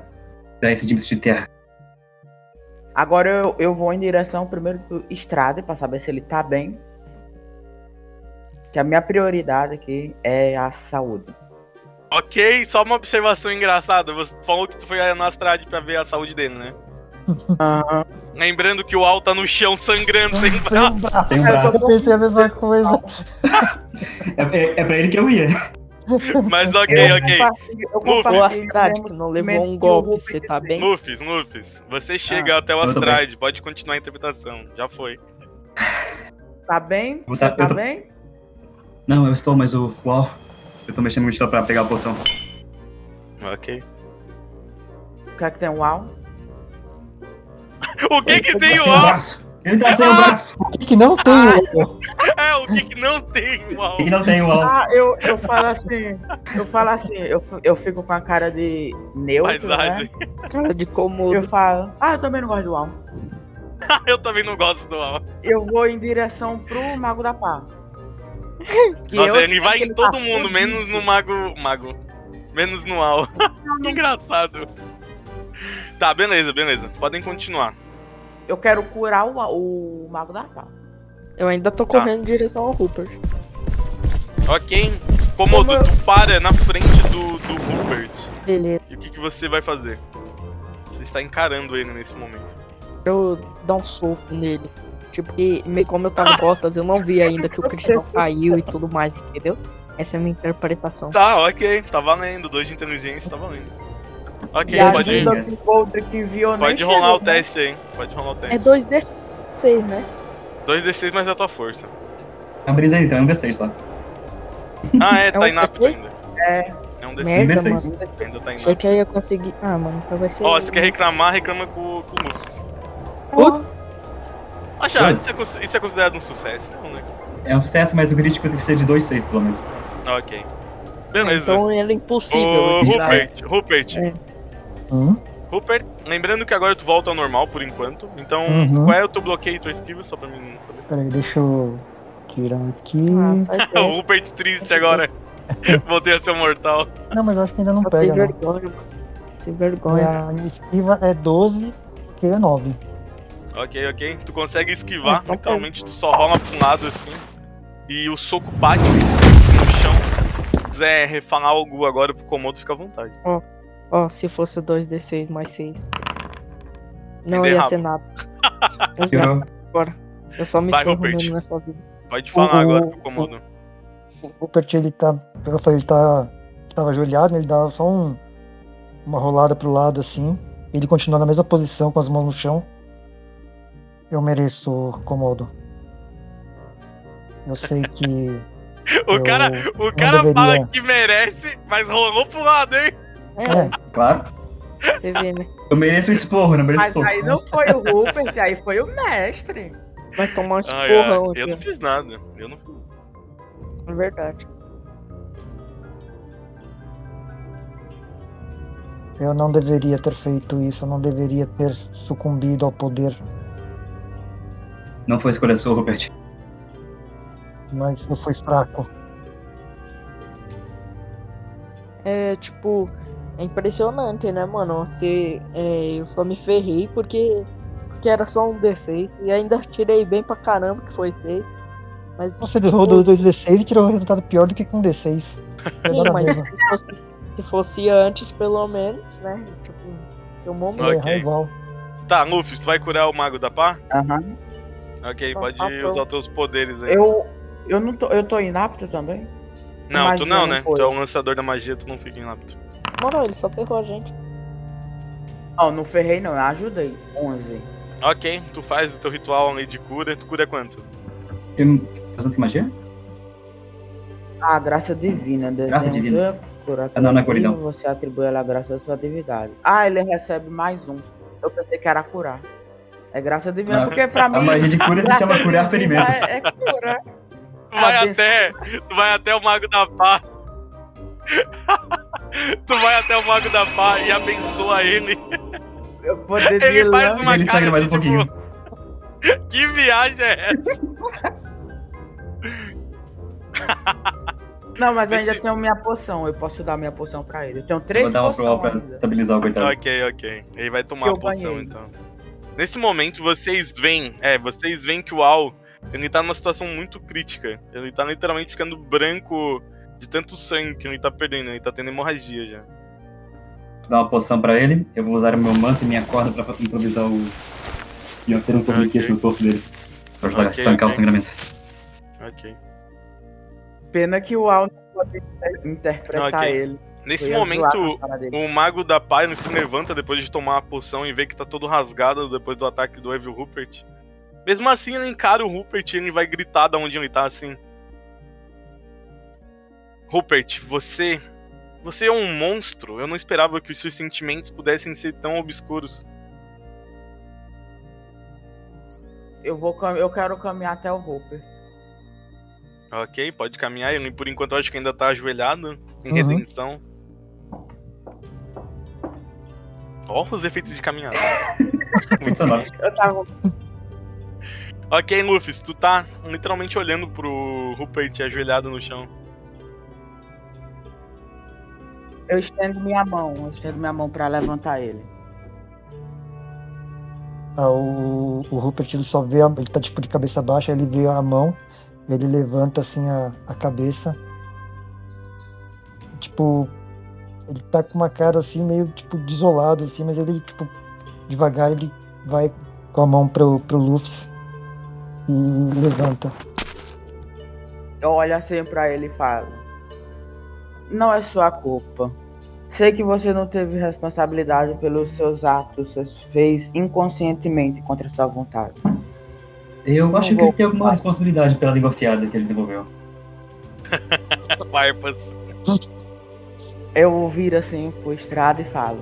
[SPEAKER 5] 10 centímetros de terra.
[SPEAKER 4] Agora eu, eu vou em direção primeiro do Estrada pra saber se ele tá bem. Que a minha prioridade aqui é a saúde.
[SPEAKER 1] Ok, só uma observação engraçada. Você falou que tu foi na Astrade pra ver a saúde dele, né?
[SPEAKER 4] Aham.
[SPEAKER 1] Lembrando que o Al tá no chão sangrando sem
[SPEAKER 3] Tem
[SPEAKER 1] braço.
[SPEAKER 3] um braço.
[SPEAKER 5] Tem um braço.
[SPEAKER 3] Eu pensei a mesma coisa.
[SPEAKER 5] É, é, é pra ele que eu ia.
[SPEAKER 1] Mas ok, ok.
[SPEAKER 4] compartilho- eu
[SPEAKER 1] Luffy.
[SPEAKER 6] Ô,
[SPEAKER 4] compartilho
[SPEAKER 6] Astrade,
[SPEAKER 4] mesmo
[SPEAKER 6] que não
[SPEAKER 4] momento
[SPEAKER 6] levou um
[SPEAKER 4] que o
[SPEAKER 6] golpe,
[SPEAKER 4] Rupert
[SPEAKER 6] você tá
[SPEAKER 4] fez.
[SPEAKER 6] bem?
[SPEAKER 1] Lufis, Lufis, você
[SPEAKER 4] Ah,
[SPEAKER 1] chega até o
[SPEAKER 5] eu tô bem.
[SPEAKER 1] Astrade, pode continuar a interpretação. Já foi.
[SPEAKER 4] Tá bem?
[SPEAKER 5] Vou
[SPEAKER 4] Você
[SPEAKER 5] tá- eu
[SPEAKER 4] tá
[SPEAKER 5] tô-
[SPEAKER 4] bem?
[SPEAKER 5] Não, eu estou, mas o. Uau. Eu tô mexendo no estilo pra pegar a poção.
[SPEAKER 1] Ok.
[SPEAKER 4] O que é que tem um au?
[SPEAKER 1] O que que tem o Ah!
[SPEAKER 5] tá Sem
[SPEAKER 4] assim,
[SPEAKER 5] o
[SPEAKER 1] Al?
[SPEAKER 5] braço! Ele tá sem o braço!
[SPEAKER 3] O que que não tem? Hugo?
[SPEAKER 1] É, o que que não tem o Al?
[SPEAKER 5] Ele não tem o Al.
[SPEAKER 4] Ah, eu, eu falo assim. Eu falo assim, eu, f- eu fico com a cara de neutro, né?
[SPEAKER 1] Paisagem.
[SPEAKER 6] Cara de como
[SPEAKER 4] Eu falo, ah, eu também não gosto do au.
[SPEAKER 1] Eu também não gosto do Al.
[SPEAKER 4] Eu vou em direção pro Mago da Pá. Que eu
[SPEAKER 1] Nossa, ele
[SPEAKER 4] sei
[SPEAKER 1] vai
[SPEAKER 4] que
[SPEAKER 1] em todo
[SPEAKER 4] tá
[SPEAKER 1] mundo,
[SPEAKER 4] fudido.
[SPEAKER 1] menos no Mago. Mago. Menos no Al. que engraçado. Tá, beleza, beleza. Podem continuar.
[SPEAKER 4] Eu quero curar o, o Mago da Pá.
[SPEAKER 6] eu ainda tô correndo em direção ao Rupert.
[SPEAKER 1] Ok. Komodo,
[SPEAKER 4] Como eu-
[SPEAKER 1] tu para na frente do, do Rupert.
[SPEAKER 6] Beleza.
[SPEAKER 1] E o que, que você vai fazer? Você está encarando ele nesse momento.
[SPEAKER 6] Eu dar um soco nele. Tipo, que meio como eu tava em costas, eu não vi ainda que o cristal caiu e tudo mais, entendeu? Essa é a minha interpretação.
[SPEAKER 1] Tá, ok. Tá valendo. Dois de inteligência, tá valendo. Ok,
[SPEAKER 5] E a
[SPEAKER 1] pode,
[SPEAKER 5] ajuda-
[SPEAKER 4] do Goldrick viu, eu nem né?
[SPEAKER 1] pode rolar
[SPEAKER 4] chego,
[SPEAKER 1] o teste aí. Pode rolar o
[SPEAKER 6] É
[SPEAKER 1] teste.
[SPEAKER 6] 2D6, né?
[SPEAKER 1] 2d6 mais é a tua força.
[SPEAKER 5] A brisa aí, então, é um D6 lá.
[SPEAKER 1] Ah, é,
[SPEAKER 6] um
[SPEAKER 1] tá inapto
[SPEAKER 6] D6?
[SPEAKER 1] ainda.
[SPEAKER 4] É.
[SPEAKER 1] É um d6.
[SPEAKER 6] Merda,
[SPEAKER 5] D6.
[SPEAKER 6] mano.
[SPEAKER 1] Ainda tá
[SPEAKER 6] Achei
[SPEAKER 1] inapto.
[SPEAKER 6] que eu ia conseguir. Ah, mano, então vai ser.
[SPEAKER 1] Ó, se quer reclamar, reclama com, com o Lufus.
[SPEAKER 6] Puta,
[SPEAKER 1] Ah, já,
[SPEAKER 5] Doze.
[SPEAKER 1] isso é, cons- isso é considerado um sucesso? Não, né?
[SPEAKER 5] É um sucesso, mas o crítico tem que ser de 2,6 pelo menos.
[SPEAKER 1] Ah, Ok. Beleza.
[SPEAKER 6] Então era impossível.
[SPEAKER 1] Ô,
[SPEAKER 6] eu tirar.
[SPEAKER 1] Rupert, Rupert,
[SPEAKER 3] Hum?
[SPEAKER 1] Rupert, lembrando que agora tu volta ao normal por enquanto. Então,
[SPEAKER 3] Uhum.
[SPEAKER 1] qual é o teu bloqueio e tua esquiva? Só pra mim saber.
[SPEAKER 3] Peraí, deixa eu tirar aqui.
[SPEAKER 6] Ah, sai
[SPEAKER 1] O
[SPEAKER 6] fora.
[SPEAKER 1] Rupert triste agora. Voltei a ser um mortal.
[SPEAKER 3] Não, mas eu acho que ainda não
[SPEAKER 6] Sem
[SPEAKER 3] pega. Não.
[SPEAKER 6] vergonha, mano. Sem
[SPEAKER 3] Então,
[SPEAKER 6] vergonha.
[SPEAKER 3] a minha esquiva é 12, que é 9.
[SPEAKER 1] Ok, ok. Tu consegue esquivar.
[SPEAKER 6] Então,
[SPEAKER 1] literalmente, tu só rola pra um lado assim. E o soco bate no chão. Se quiser refalar algo agora pro Komodo, fica à vontade.
[SPEAKER 6] Ó, se fosse 2D6 mais 6. Não
[SPEAKER 1] derrama.
[SPEAKER 6] ia ser nada. Eu, já-
[SPEAKER 5] Piorou.
[SPEAKER 6] eu só me
[SPEAKER 1] Vai,
[SPEAKER 6] ferro
[SPEAKER 1] Rupert.
[SPEAKER 6] mesmo nessa vida.
[SPEAKER 1] Pode falar
[SPEAKER 3] Ô,
[SPEAKER 1] agora
[SPEAKER 3] ô,
[SPEAKER 1] pro Komodo.
[SPEAKER 3] O Rupert, ele tá. Eu falei, ele tá. Tava ajoelhado, né? ele dava só um, uma rolada pro lado assim. Ele continua na mesma posição, com as mãos no chão. Eu mereço Komodo. Eu sei que.
[SPEAKER 1] O
[SPEAKER 3] eu
[SPEAKER 1] cara, o
[SPEAKER 3] não
[SPEAKER 1] cara
[SPEAKER 3] deveria-
[SPEAKER 1] fala que merece, mas rolou pro lado, hein?
[SPEAKER 6] É,
[SPEAKER 5] Claro.
[SPEAKER 6] você vê, né?
[SPEAKER 5] Eu mereço um esporro, não mereço
[SPEAKER 4] Mas
[SPEAKER 5] soco.
[SPEAKER 4] aí não foi o Rupert, aí foi o mestre.
[SPEAKER 6] Vai tomar um
[SPEAKER 1] Ai, ai,
[SPEAKER 6] esporrão
[SPEAKER 1] eu
[SPEAKER 6] aqui,
[SPEAKER 1] não fiz nada. Eu não...
[SPEAKER 6] ó, na verdade.
[SPEAKER 3] Eu não deveria ter feito isso, eu não deveria ter sucumbido ao poder,
[SPEAKER 5] Não foi escolha sua, Robert.
[SPEAKER 3] mas eu fui fraco.
[SPEAKER 6] É, tipo, é impressionante, né, mano? Você, é, eu só me ferrei porque, porque era só um D6 e ainda tirei bem pra caramba que foi 6. Mas,
[SPEAKER 3] Você rodou dois D6 e tirou um resultado pior do que com D6. Eu
[SPEAKER 6] sim,
[SPEAKER 3] dava
[SPEAKER 6] mas
[SPEAKER 3] mesmo.
[SPEAKER 6] se fosse, se fosse antes, pelo menos, né? Tipo, eu
[SPEAKER 3] Eu ia
[SPEAKER 6] momento.
[SPEAKER 1] Ok.
[SPEAKER 3] errar igual.
[SPEAKER 1] Tá, Luffy, você vai curar o Mago da Pá?
[SPEAKER 4] Aham.
[SPEAKER 1] Ok,
[SPEAKER 6] Tá,
[SPEAKER 1] pode
[SPEAKER 6] tá bom.
[SPEAKER 1] usar os teus poderes aí.
[SPEAKER 4] Eu. Eu não tô. Eu tô inapto também?
[SPEAKER 1] Não, tu
[SPEAKER 4] magia
[SPEAKER 1] não,
[SPEAKER 5] um
[SPEAKER 4] não
[SPEAKER 1] né?
[SPEAKER 4] foi.
[SPEAKER 1] Tu é o lançador da magia, tu não fica em lápis.
[SPEAKER 6] Mano, ele só ferrou a gente.
[SPEAKER 4] Não, não ferrei não, eu ajudei. 11.
[SPEAKER 1] Ok, tu faz o teu ritual ali de cura. Tu cura quanto?
[SPEAKER 5] Tem bastante magia?
[SPEAKER 4] Ah, graça divina. Deus
[SPEAKER 5] Graça
[SPEAKER 4] tem
[SPEAKER 5] divina.
[SPEAKER 4] sua cura
[SPEAKER 5] Ah, não, não é
[SPEAKER 4] ativa,
[SPEAKER 5] curidão.
[SPEAKER 4] Você atribui ela a graça da sua atividade. Ah, ele recebe mais um. Eu pensei que era curar. É graça divina,
[SPEAKER 5] Não.
[SPEAKER 4] porque pra
[SPEAKER 5] A
[SPEAKER 4] mim.
[SPEAKER 5] magia de cura se
[SPEAKER 4] graça
[SPEAKER 5] chama curar
[SPEAKER 4] divina
[SPEAKER 5] ferimentos.
[SPEAKER 4] É, é curar.
[SPEAKER 1] Tu vai
[SPEAKER 4] Ah,
[SPEAKER 1] até. Tu vai até o Mago da Pá. tu vai até o Mago da Pá e abençoa ele.
[SPEAKER 4] Eu poder de
[SPEAKER 1] Ele faz
[SPEAKER 4] lã-
[SPEAKER 1] uma
[SPEAKER 5] Ele
[SPEAKER 1] cara
[SPEAKER 5] sangra mais
[SPEAKER 1] de
[SPEAKER 5] um pouquinho.
[SPEAKER 1] tipo. Que viagem é essa?
[SPEAKER 4] Não, mas eu
[SPEAKER 1] Esse-
[SPEAKER 4] ainda tenho minha poção. Eu posso dar minha poção pra ele. Eu tenho
[SPEAKER 5] Vou
[SPEAKER 4] três
[SPEAKER 5] dar uma
[SPEAKER 4] poções.
[SPEAKER 5] prova pra
[SPEAKER 4] ainda.
[SPEAKER 5] estabilizar o coitado.
[SPEAKER 1] Ok, ok. Ele vai tomar
[SPEAKER 4] Então, Eu
[SPEAKER 1] a poção,
[SPEAKER 4] banhei.
[SPEAKER 1] então. Nesse momento, vocês veem. É, vocês veem que o Al. Ele tá numa situação muito crítica. Ele tá literalmente ficando branco de tanto sangue que ele tá perdendo. Ele tá tendo hemorragia já.
[SPEAKER 5] Vou dar uma poção pra ele. Eu vou usar o meu manto e minha corda pra improvisar o. E eu ser um torniquete
[SPEAKER 1] Ok.
[SPEAKER 5] no torso dele. Pra
[SPEAKER 1] Ok,
[SPEAKER 5] ajudar a
[SPEAKER 1] ok.
[SPEAKER 5] estancar o sangramento.
[SPEAKER 1] Ok.
[SPEAKER 4] Pena que o Al não pode inter- interpretar
[SPEAKER 1] Ok.
[SPEAKER 4] ele.
[SPEAKER 1] Nesse
[SPEAKER 4] Eu ia zoar
[SPEAKER 1] momento,
[SPEAKER 4] com a cara dele.
[SPEAKER 1] o Mago da Paz ele se levanta depois de tomar a poção e vê que tá todo rasgado depois do ataque do Evil Rupert. Mesmo assim, ele encara o Rupert e ele vai gritar da onde ele tá, assim. Rupert, você... Você é um monstro. Eu não esperava que os seus sentimentos pudessem ser tão obscuros.
[SPEAKER 4] Eu, vou, cam- eu quero caminhar até o Hopper.
[SPEAKER 1] Ok, pode caminhar. Ele, por enquanto, eu acho que ainda tá ajoelhado, em
[SPEAKER 3] Uhum.
[SPEAKER 1] redenção. Ó os efeitos de caminhada.
[SPEAKER 5] Muito saudável.
[SPEAKER 4] Eu tava
[SPEAKER 1] Ok, Luffy, tu tá literalmente olhando pro Rupert ajoelhado no chão.
[SPEAKER 4] Eu estendo minha mão, eu estendo minha mão pra levantar ele.
[SPEAKER 3] Ah, o, o Rupert ele só vê, a, ele tá tipo de cabeça baixa, ele vê a mão, ele levanta assim a, a cabeça. Tipo, ele tá com uma cara assim meio tipo desolado assim, mas ele tipo devagar ele vai com a mão pro, pro Luffy e levanta.
[SPEAKER 4] Eu olho assim pra ele e falo: Não é sua culpa. Sei que você não teve responsabilidade pelos seus atos, você fez inconscientemente contra sua vontade.
[SPEAKER 5] Eu acho
[SPEAKER 4] Não
[SPEAKER 5] que
[SPEAKER 4] vou.
[SPEAKER 5] ele tem alguma responsabilidade pela língua afiada que ele desenvolveu.
[SPEAKER 1] Farpas.
[SPEAKER 4] Eu viro assim pro estrada e falo: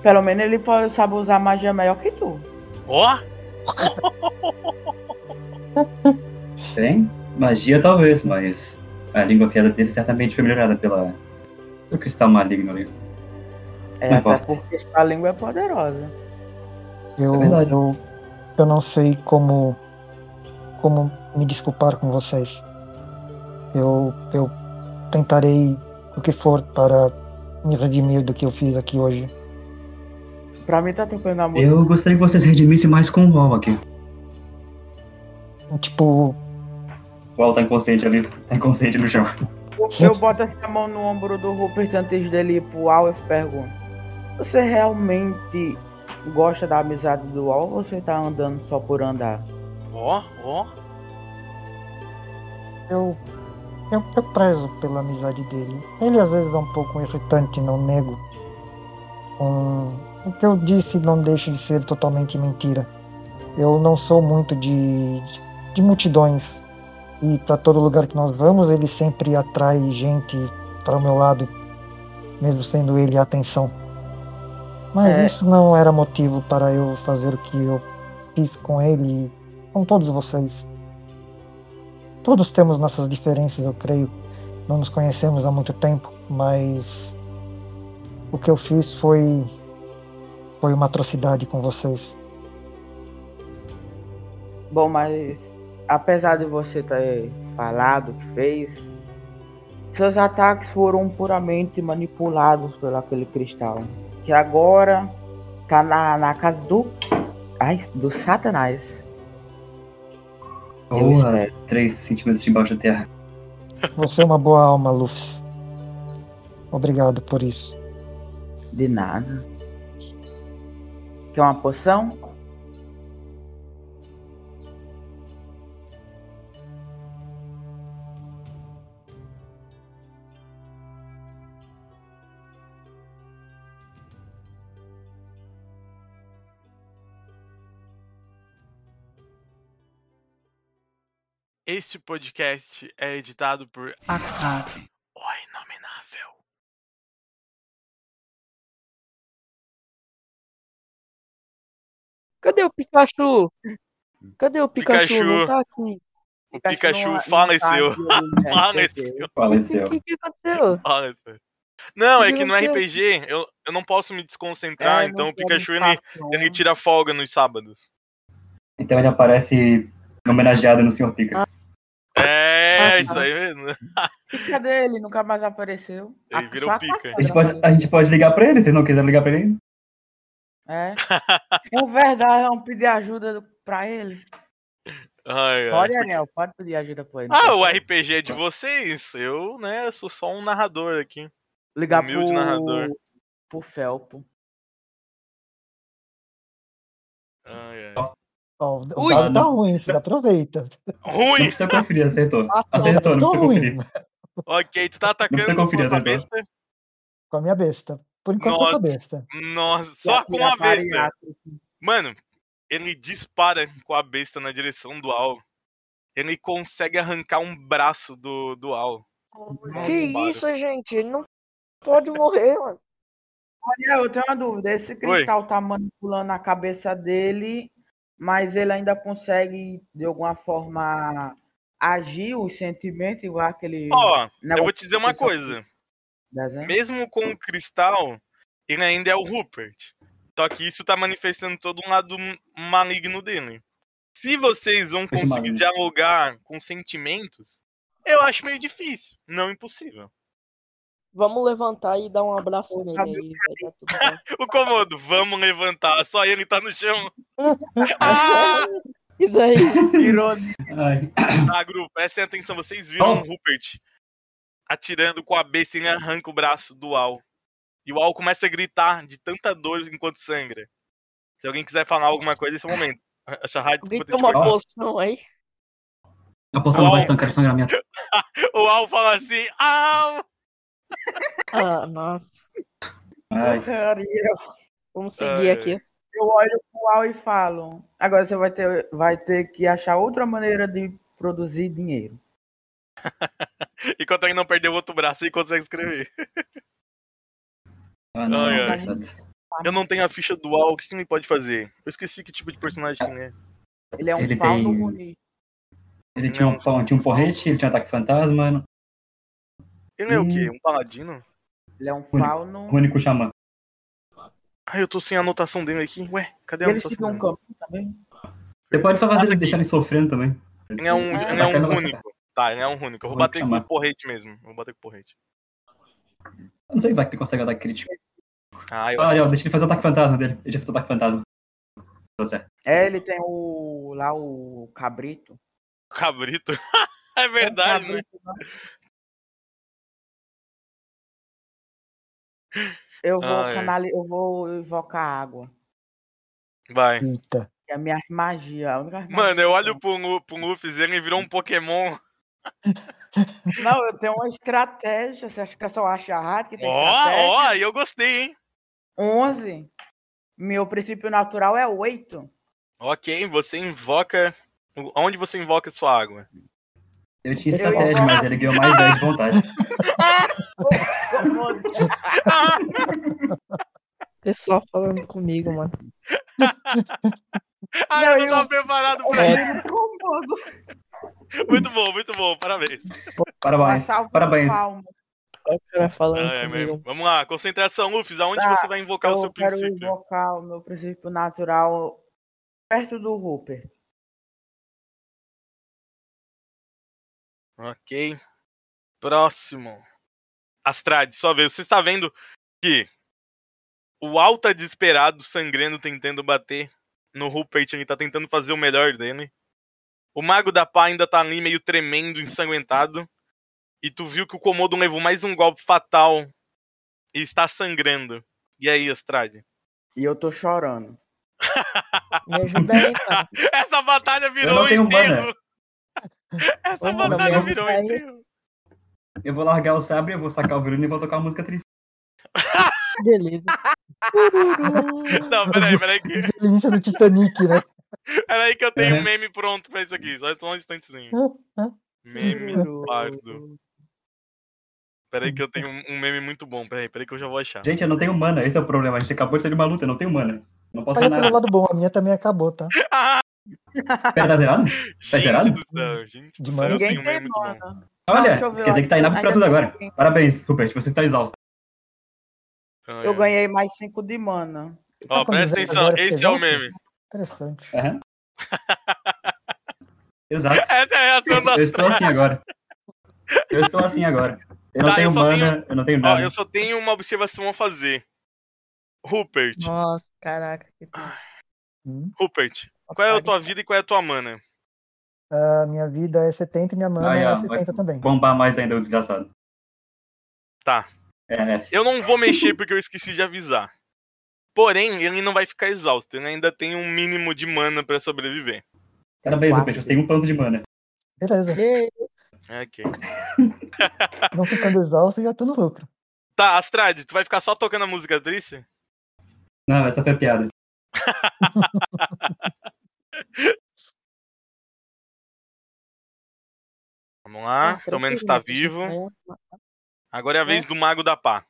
[SPEAKER 4] Pelo menos ele pode saber usar magia melhor que tu.
[SPEAKER 1] Ó!
[SPEAKER 5] Tem? Magia talvez, mas a língua afiada dele certamente foi melhorada pela. O cristal maligno ali.
[SPEAKER 4] É,
[SPEAKER 5] Não
[SPEAKER 4] até
[SPEAKER 5] importa.
[SPEAKER 4] porque sua língua é poderosa.
[SPEAKER 3] Eu,
[SPEAKER 5] É verdade.
[SPEAKER 3] eu, eu não sei como, como me desculpar com vocês. Eu, eu tentarei o que for para me redimir do que eu fiz aqui hoje.
[SPEAKER 4] Pra mim tá tocando a música.
[SPEAKER 5] Eu gostaria que vocês redimissem mais com o Wall aqui.
[SPEAKER 3] Tipo,
[SPEAKER 5] O Wall tá inconsciente ali, tá inconsciente no chão.
[SPEAKER 4] Eu boto essa mão no ombro do Rupert antes dele ir pro Al e pergunto: Você realmente gosta da amizade do Al ou você tá andando só por andar?
[SPEAKER 1] Ó, ó.
[SPEAKER 3] eu, eu, eu prezo pela amizade dele. Ele às vezes é um pouco irritante, não nego. Hum, o que eu disse não deixa de ser totalmente mentira. Eu não sou muito de, de, de multidões. E para todo lugar que nós vamos, ele sempre atrai gente para o meu lado, mesmo sendo ele a atenção. Mas
[SPEAKER 4] É.
[SPEAKER 3] isso não era motivo para eu fazer o que eu fiz com ele e com todos vocês. Todos temos nossas diferenças, eu creio. Não nos conhecemos há muito tempo, mas o que eu fiz foi foi uma atrocidade com vocês.
[SPEAKER 4] Bom, mas apesar de você ter falado que fez, seus ataques foram puramente manipulados pelo aquele cristal. Que agora tá na, na casa do. Ai, do Satanás.
[SPEAKER 5] Ou
[SPEAKER 4] Eu
[SPEAKER 5] a 3 centímetros debaixo da terra.
[SPEAKER 3] Você é uma boa alma, Luffy. Obrigado por isso.
[SPEAKER 4] De nada. Quer uma poção?
[SPEAKER 1] Este podcast é editado por
[SPEAKER 8] Oxheart.
[SPEAKER 1] O Inominável.
[SPEAKER 6] Cadê o Pikachu? Cadê o Pikachu?
[SPEAKER 1] Pikachu.
[SPEAKER 6] Não tá aqui.
[SPEAKER 1] O Pikachu faleceu.
[SPEAKER 4] né?
[SPEAKER 1] Faleceu.
[SPEAKER 5] Faleceu.
[SPEAKER 6] O que, que aconteceu?
[SPEAKER 1] Faleceu. Não, é
[SPEAKER 6] Meu
[SPEAKER 1] que no
[SPEAKER 6] Deus.
[SPEAKER 1] RPG eu, eu não posso me
[SPEAKER 4] É,
[SPEAKER 1] desconcentrar, então o Pikachu ele,
[SPEAKER 4] um.
[SPEAKER 1] ele tira folga nos sábados.
[SPEAKER 5] Então ele aparece homenageado no Sr. Pika.
[SPEAKER 1] É,
[SPEAKER 6] Ah,
[SPEAKER 1] isso aí mesmo.
[SPEAKER 4] Cadê ele? Nunca mais apareceu.
[SPEAKER 1] Ele
[SPEAKER 4] A-
[SPEAKER 1] virou
[SPEAKER 4] Ah, só a
[SPEAKER 1] pica.
[SPEAKER 5] A gente,
[SPEAKER 4] caçada.
[SPEAKER 5] pode, a gente pode ligar pra ele, vocês não quiserem ligar pra ele?
[SPEAKER 4] É. É verdade, vamos pedir ajuda pra ele.
[SPEAKER 1] Ai, ai.
[SPEAKER 4] Pode, Ariel, pode pedir ajuda pra ele.
[SPEAKER 1] É, Ah, o RPG é de vocês. Eu, né, sou só um narrador aqui.
[SPEAKER 4] Ligar
[SPEAKER 1] humilde
[SPEAKER 4] pro...
[SPEAKER 1] narrador.
[SPEAKER 4] pro Felpo.
[SPEAKER 1] Ai, ai.
[SPEAKER 3] Ó, o
[SPEAKER 6] Ui!
[SPEAKER 3] dado tá ruim, você aproveita.
[SPEAKER 5] Não
[SPEAKER 1] Ruim!
[SPEAKER 5] precisa conferir, acertou.
[SPEAKER 6] Ah, tá.
[SPEAKER 5] Acertou, não
[SPEAKER 3] Ficou
[SPEAKER 5] precisa
[SPEAKER 3] ruim.
[SPEAKER 5] conferir.
[SPEAKER 1] Ok, tu tá
[SPEAKER 5] precisa
[SPEAKER 1] atacando
[SPEAKER 5] conferir,
[SPEAKER 1] com a
[SPEAKER 5] acertou.
[SPEAKER 1] besta?
[SPEAKER 3] Com a minha besta. Por enquanto eu
[SPEAKER 1] Nossa.
[SPEAKER 3] tô besta.
[SPEAKER 1] Nossa, só com a besta. Mano, ele dispara com a besta na direção do Al. Ele consegue arrancar um braço do, do Al.
[SPEAKER 6] Que
[SPEAKER 1] Disparo.
[SPEAKER 6] isso, gente? Ele não pode morrer, mano.
[SPEAKER 4] Ariel, eu tenho uma dúvida. Esse cristal tá manipulando a cabeça dele, mas ele ainda consegue, de alguma forma, agir os sentimentos igual aquele.
[SPEAKER 1] Ó, Tá eu
[SPEAKER 4] negócio
[SPEAKER 1] vou te dizer uma
[SPEAKER 4] que você
[SPEAKER 1] coisa.
[SPEAKER 4] desenha?
[SPEAKER 1] Mesmo com o cristal, ele ainda é o Rupert. Só que isso tá manifestando todo um lado m- maligno dele. Se vocês vão
[SPEAKER 5] Muito
[SPEAKER 1] conseguir
[SPEAKER 5] maligno.
[SPEAKER 1] dialogar com sentimentos, eu acho meio difícil. Não impossível.
[SPEAKER 6] Vamos levantar e dar um abraço nele aí. Vai dar tudo bem.
[SPEAKER 1] O Comodo, vamos levantar. Só ele tá no chão. Ah!
[SPEAKER 6] E daí?
[SPEAKER 4] Tirou
[SPEAKER 5] Ai,
[SPEAKER 1] Tá, grupo, prestem atenção. Vocês viram o Rupert atirando com a besta e ele arranca o braço do Al. E o Al começa a gritar de tanta dor enquanto sangra. Se alguém quiser falar alguma coisa nesse é o momento. A Shahad
[SPEAKER 6] Alguém
[SPEAKER 1] escuta
[SPEAKER 6] toma uma
[SPEAKER 1] tipo,
[SPEAKER 6] poção aí.
[SPEAKER 5] a poção não vai estancar o sangramento.
[SPEAKER 1] O Al fala assim, Al!
[SPEAKER 6] Ah, nossa.
[SPEAKER 5] Ai, tá.
[SPEAKER 4] Ariel.
[SPEAKER 6] Vamos seguir
[SPEAKER 1] Ai,
[SPEAKER 6] aqui.
[SPEAKER 4] Eu olho pro Al e falo. Agora você vai ter, vai ter que achar outra maneira de produzir dinheiro.
[SPEAKER 1] Enquanto ele não perdeu o outro braço, ele consegue escrever.
[SPEAKER 5] ah, não,
[SPEAKER 1] Ai,
[SPEAKER 4] ai.
[SPEAKER 5] coitado.
[SPEAKER 1] Eu não tenho a ficha do Al, o que que ele pode fazer? Eu esqueci que tipo de personagem que ele é.
[SPEAKER 4] Ele é um
[SPEAKER 5] Ele
[SPEAKER 4] falso
[SPEAKER 5] tem-
[SPEAKER 4] bonito.
[SPEAKER 5] Ele tinha um, tinha um porrete, ele tinha um ataque fantasma, não-
[SPEAKER 1] Ele é o
[SPEAKER 4] Hum.
[SPEAKER 1] quê? Um paladino?
[SPEAKER 4] Ele é um fauno.
[SPEAKER 5] um único xamã.
[SPEAKER 1] Ah, eu tô sem a anotação dele aqui. Ué, cadê a
[SPEAKER 4] Ele
[SPEAKER 1] anotação
[SPEAKER 4] seguiu um
[SPEAKER 1] dele?
[SPEAKER 4] caminho também.
[SPEAKER 5] Você pode só fazer
[SPEAKER 1] Nada
[SPEAKER 5] ele
[SPEAKER 1] aqui.
[SPEAKER 5] deixar ele sofrendo também.
[SPEAKER 1] Ele é um,
[SPEAKER 6] Ah,
[SPEAKER 1] ele é
[SPEAKER 5] bacana,
[SPEAKER 1] um
[SPEAKER 5] bacana.
[SPEAKER 1] único. Tá, ele é um único. Eu vou
[SPEAKER 5] Vou
[SPEAKER 1] bater com
[SPEAKER 5] chamar.
[SPEAKER 1] o porrete mesmo. Eu Vou bater com o porrete.
[SPEAKER 5] Eu Não sei vai que ele consegue ataque crítico.
[SPEAKER 1] Ah, eu...
[SPEAKER 5] Ah, Ariel, deixa ele fazer o ataque fantasma dele. Ele já fez o ataque fantasma. Tá certo.
[SPEAKER 4] É, ele tem o. lá o cabrito. um
[SPEAKER 1] cabrito. é verdade, né?
[SPEAKER 4] Eu vou,
[SPEAKER 1] Ai.
[SPEAKER 4] canali... eu vou evocar água.
[SPEAKER 1] Vai.
[SPEAKER 3] Eita.
[SPEAKER 4] Que é a minha magia. A única
[SPEAKER 1] Mano,
[SPEAKER 4] magia
[SPEAKER 1] eu
[SPEAKER 4] que
[SPEAKER 1] olho pro, Lu- pro Luffy, ele virou um Pokémon.
[SPEAKER 4] tenho. Não, eu tenho uma estratégia. Você acha que eu só acho errado que tem
[SPEAKER 1] Ó,
[SPEAKER 4] estratégia?
[SPEAKER 1] ó, aí eu gostei, hein?
[SPEAKER 4] 11. Meu princípio natural é 8.
[SPEAKER 1] Ok, você invoca. Onde você invoca sua água?
[SPEAKER 5] Eu tinha
[SPEAKER 4] Eu ia
[SPEAKER 5] estratégia,
[SPEAKER 4] falar.
[SPEAKER 5] mas ele ganhou mais 10 de vontade.
[SPEAKER 4] É.
[SPEAKER 1] Ah,
[SPEAKER 6] Pessoal falando comigo, mano.
[SPEAKER 1] Ah,
[SPEAKER 4] Não,
[SPEAKER 1] eu não
[SPEAKER 4] eu-
[SPEAKER 1] tava preparado pra isso.
[SPEAKER 4] É. Composto.
[SPEAKER 1] Muito bom, muito bom, parabéns.
[SPEAKER 5] Parabéns.
[SPEAKER 4] Salva
[SPEAKER 5] Parabéns.
[SPEAKER 4] palma.
[SPEAKER 6] Olha o cara falando
[SPEAKER 1] Ah, é
[SPEAKER 6] comigo.
[SPEAKER 1] mesmo. Vamos lá, concentração, Lufis, aonde
[SPEAKER 4] Tá,
[SPEAKER 1] você vai invocar é o seu
[SPEAKER 4] Eu quero
[SPEAKER 1] princípio?
[SPEAKER 4] invocar o meu princípio natural perto do Rupert.
[SPEAKER 1] Ok. Próximo. Astrade, sua vez. Você está vendo que o alta desesperado sangrando tentando bater no Rupert, ele tá tentando fazer o melhor dele. O Mago da Pá ainda tá ali meio tremendo, ensanguentado. E tu viu que o Komodo levou mais um golpe fatal e está sangrando. E aí, Astrade?
[SPEAKER 4] E eu tô chorando.
[SPEAKER 6] Me ajuda aí, cara.
[SPEAKER 1] Essa batalha virou
[SPEAKER 5] não
[SPEAKER 1] um
[SPEAKER 5] tenho
[SPEAKER 1] enterro! Essa
[SPEAKER 6] Ô, mano,
[SPEAKER 1] batalha
[SPEAKER 6] eu
[SPEAKER 1] virou um
[SPEAKER 6] caí.
[SPEAKER 1] enterro!
[SPEAKER 5] Eu vou largar o sabre, eu vou sacar o violino e vou tocar uma música triste.
[SPEAKER 6] Beleza.
[SPEAKER 1] Não, peraí, peraí que,
[SPEAKER 3] Violência do Titanic, né?
[SPEAKER 1] peraí que eu tenho um
[SPEAKER 5] É.
[SPEAKER 1] meme pronto pra isso aqui. Só só um instantezinho. Meme pardo. Peraí que eu tenho um- um meme muito bom. Peraí, peraí que eu já vou achar.
[SPEAKER 5] Gente, eu não tenho mana, esse é o problema. A gente acabou de sair de uma luta, eu não tenho mana. Não
[SPEAKER 4] Tá
[SPEAKER 5] posso
[SPEAKER 3] Olha
[SPEAKER 5] dar
[SPEAKER 3] Tá pelo
[SPEAKER 5] nada.
[SPEAKER 3] lado bom, a minha também acabou, tá?
[SPEAKER 1] Ah,
[SPEAKER 5] Pera, tá zerado?
[SPEAKER 1] gente
[SPEAKER 5] zerado?
[SPEAKER 1] do céu, gente do
[SPEAKER 3] De
[SPEAKER 1] céu, eu
[SPEAKER 3] mano.
[SPEAKER 1] tenho
[SPEAKER 4] Ninguém
[SPEAKER 1] um meme
[SPEAKER 4] tem
[SPEAKER 1] muito bom.
[SPEAKER 4] mana. Não,
[SPEAKER 5] Olha,
[SPEAKER 4] deixa eu ver,
[SPEAKER 5] quer dizer que tá indo
[SPEAKER 4] ainda
[SPEAKER 5] pra tudo
[SPEAKER 4] tem
[SPEAKER 5] agora.
[SPEAKER 4] alguém.
[SPEAKER 5] Parabéns, Rupert, você está exausto.
[SPEAKER 1] Ah,
[SPEAKER 4] Eu
[SPEAKER 1] é.
[SPEAKER 4] ganhei mais 5 de mana.
[SPEAKER 1] Ó,
[SPEAKER 3] Tá com
[SPEAKER 1] presta
[SPEAKER 3] 200
[SPEAKER 1] atenção,
[SPEAKER 3] agora,
[SPEAKER 1] esse
[SPEAKER 3] você
[SPEAKER 1] é o
[SPEAKER 3] volta?
[SPEAKER 1] meme.
[SPEAKER 3] Interessante.
[SPEAKER 5] Aham. Exato.
[SPEAKER 1] Essa é a reação da
[SPEAKER 5] Eu estou assim agora. Eu estou assim agora. Eu não
[SPEAKER 1] Tá, eu
[SPEAKER 5] tenho
[SPEAKER 1] só
[SPEAKER 5] mana, eu não tenho
[SPEAKER 1] Ó,
[SPEAKER 5] nada.
[SPEAKER 1] eu só tenho uma observação a fazer. Rupert,
[SPEAKER 6] Nossa, caraca. que triste.
[SPEAKER 3] Hum?
[SPEAKER 1] Rupert, qual é a tua vida e qual é a tua mana?
[SPEAKER 3] Ah, minha vida é 70 e minha mana
[SPEAKER 5] Aí, ó,
[SPEAKER 3] é
[SPEAKER 5] vai-
[SPEAKER 3] 70 também.
[SPEAKER 5] Bombar mais ainda o desgraçado.
[SPEAKER 1] Tá.
[SPEAKER 5] É, F.
[SPEAKER 1] Eu não vou mexer porque eu esqueci de avisar. Porém, ele não vai ficar exausto. Ele ainda tem um mínimo de mana pra sobreviver.
[SPEAKER 5] Parabéns,
[SPEAKER 4] Quatro.
[SPEAKER 5] Rupert, você tem um ponto de mana.
[SPEAKER 3] Beleza.
[SPEAKER 6] Ei,
[SPEAKER 1] É, ok.
[SPEAKER 3] Não ficando exausto, já tô no lucro.
[SPEAKER 1] Tá, Astrade, tu vai ficar só tocando a música triste?
[SPEAKER 5] Não, essa foi a piada.
[SPEAKER 1] Vamos lá, pelo menos tá
[SPEAKER 6] Ah, tranquilo,
[SPEAKER 1] vivo.
[SPEAKER 6] né?
[SPEAKER 1] Agora é a vez do Mago da Pá.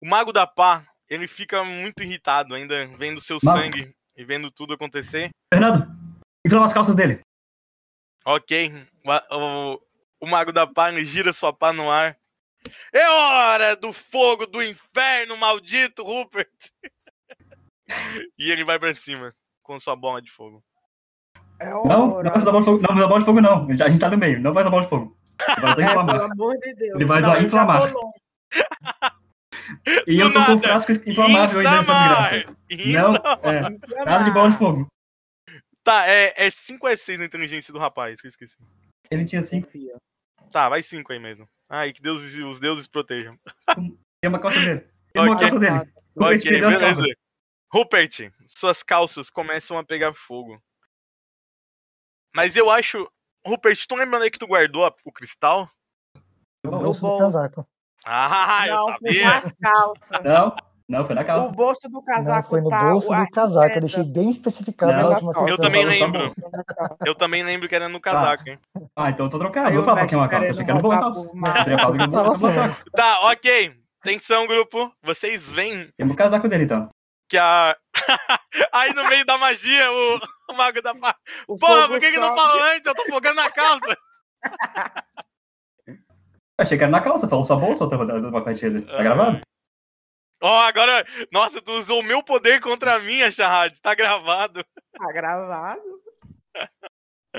[SPEAKER 1] O Mago da Pá, ele fica muito irritado ainda, vendo seu
[SPEAKER 5] Mago.
[SPEAKER 1] sangue e vendo tudo acontecer.
[SPEAKER 5] Fernando, inflama as calças dele.
[SPEAKER 1] Ok, o, a- o- o Mago da Pá, ele gira sua pá no ar. É hora do fogo do inferno, maldito Rupert! e ele vai pra cima com sua bola de fogo.
[SPEAKER 4] É
[SPEAKER 5] Não, não faz a bola de fogo, não, faz a bola de fogo, não. A gente tá no meio, não faz a bola de fogo. Ele vai só
[SPEAKER 4] É, pelo
[SPEAKER 5] inflamar.
[SPEAKER 4] amor de Deus.
[SPEAKER 5] Ele vai
[SPEAKER 4] Não,
[SPEAKER 5] só
[SPEAKER 4] eu já
[SPEAKER 5] inflamar.
[SPEAKER 4] tô longe.
[SPEAKER 5] E eu
[SPEAKER 1] Do
[SPEAKER 5] tô com um
[SPEAKER 1] nada.
[SPEAKER 5] frasco inflamável ainda nessa
[SPEAKER 1] Inflamar!
[SPEAKER 5] desgraça. Não,
[SPEAKER 1] Inflamar!
[SPEAKER 5] é, nada de bola de fogo.
[SPEAKER 1] Tá, é, é 5 é 6 na inteligência do rapaz, que eu esqueci.
[SPEAKER 5] Ele tinha cinco,
[SPEAKER 4] Confia.
[SPEAKER 1] Tá, vai 5 aí mesmo. Ai, que Deus, os deuses protejam.
[SPEAKER 5] tem uma calça dele. Tem uma
[SPEAKER 1] Ok.
[SPEAKER 5] calça dele. Rupert
[SPEAKER 1] Ok,
[SPEAKER 5] perdeu as
[SPEAKER 1] beleza.
[SPEAKER 5] calças.
[SPEAKER 1] Rupert, suas calças começam a pegar fogo. Mas eu acho. Rupert, tu lembra onde é que tu guardou a- o cristal?
[SPEAKER 5] Tá
[SPEAKER 3] No
[SPEAKER 5] bom.
[SPEAKER 3] bolso
[SPEAKER 4] bom.
[SPEAKER 3] do casaco.
[SPEAKER 1] Ah, eu
[SPEAKER 4] Não, foi
[SPEAKER 1] sabia!
[SPEAKER 4] nas calças.
[SPEAKER 5] Não, não, foi na
[SPEAKER 4] O
[SPEAKER 5] calça.
[SPEAKER 4] bolso do
[SPEAKER 3] Não,
[SPEAKER 4] casaco
[SPEAKER 3] foi no
[SPEAKER 4] tá.
[SPEAKER 3] bolso
[SPEAKER 4] a-
[SPEAKER 3] do casaco.
[SPEAKER 4] preta.
[SPEAKER 3] Eu deixei bem especificado
[SPEAKER 5] Não,
[SPEAKER 3] na última
[SPEAKER 6] eu
[SPEAKER 3] sessão.
[SPEAKER 1] também
[SPEAKER 5] Só
[SPEAKER 1] lembro.
[SPEAKER 5] bolsa.
[SPEAKER 1] Eu também lembro que era
[SPEAKER 4] Tá.
[SPEAKER 1] no casaco, hein?
[SPEAKER 5] Ah, então eu tô trocado.
[SPEAKER 4] Aí
[SPEAKER 5] Eu
[SPEAKER 4] o
[SPEAKER 5] falava que é uma
[SPEAKER 4] Mestre
[SPEAKER 5] calça, achei que era
[SPEAKER 4] querendo
[SPEAKER 5] boa
[SPEAKER 4] roubar
[SPEAKER 5] calça.
[SPEAKER 4] por mal.
[SPEAKER 5] Eu teria falado que era boa calça.
[SPEAKER 6] Nossa.
[SPEAKER 1] Tá, ok. Atenção, grupo. Vocês veem
[SPEAKER 5] Tem um casaco dele, então.
[SPEAKER 1] que a. Aí no meio da magia, o, o mago da pá.
[SPEAKER 4] O
[SPEAKER 1] Porra,
[SPEAKER 4] fogo
[SPEAKER 1] por que, que não
[SPEAKER 4] sobe.
[SPEAKER 1] falou antes? Eu tô fogando na calça.
[SPEAKER 5] Achei que era na calça, falou só bolsa outra rodada do pacote dele. Tá
[SPEAKER 1] Ah.
[SPEAKER 5] gravado?
[SPEAKER 1] Ó, agora. Nossa, tu usou o meu poder contra a minha, Shahad. Tá gravado.
[SPEAKER 4] Tá gravado.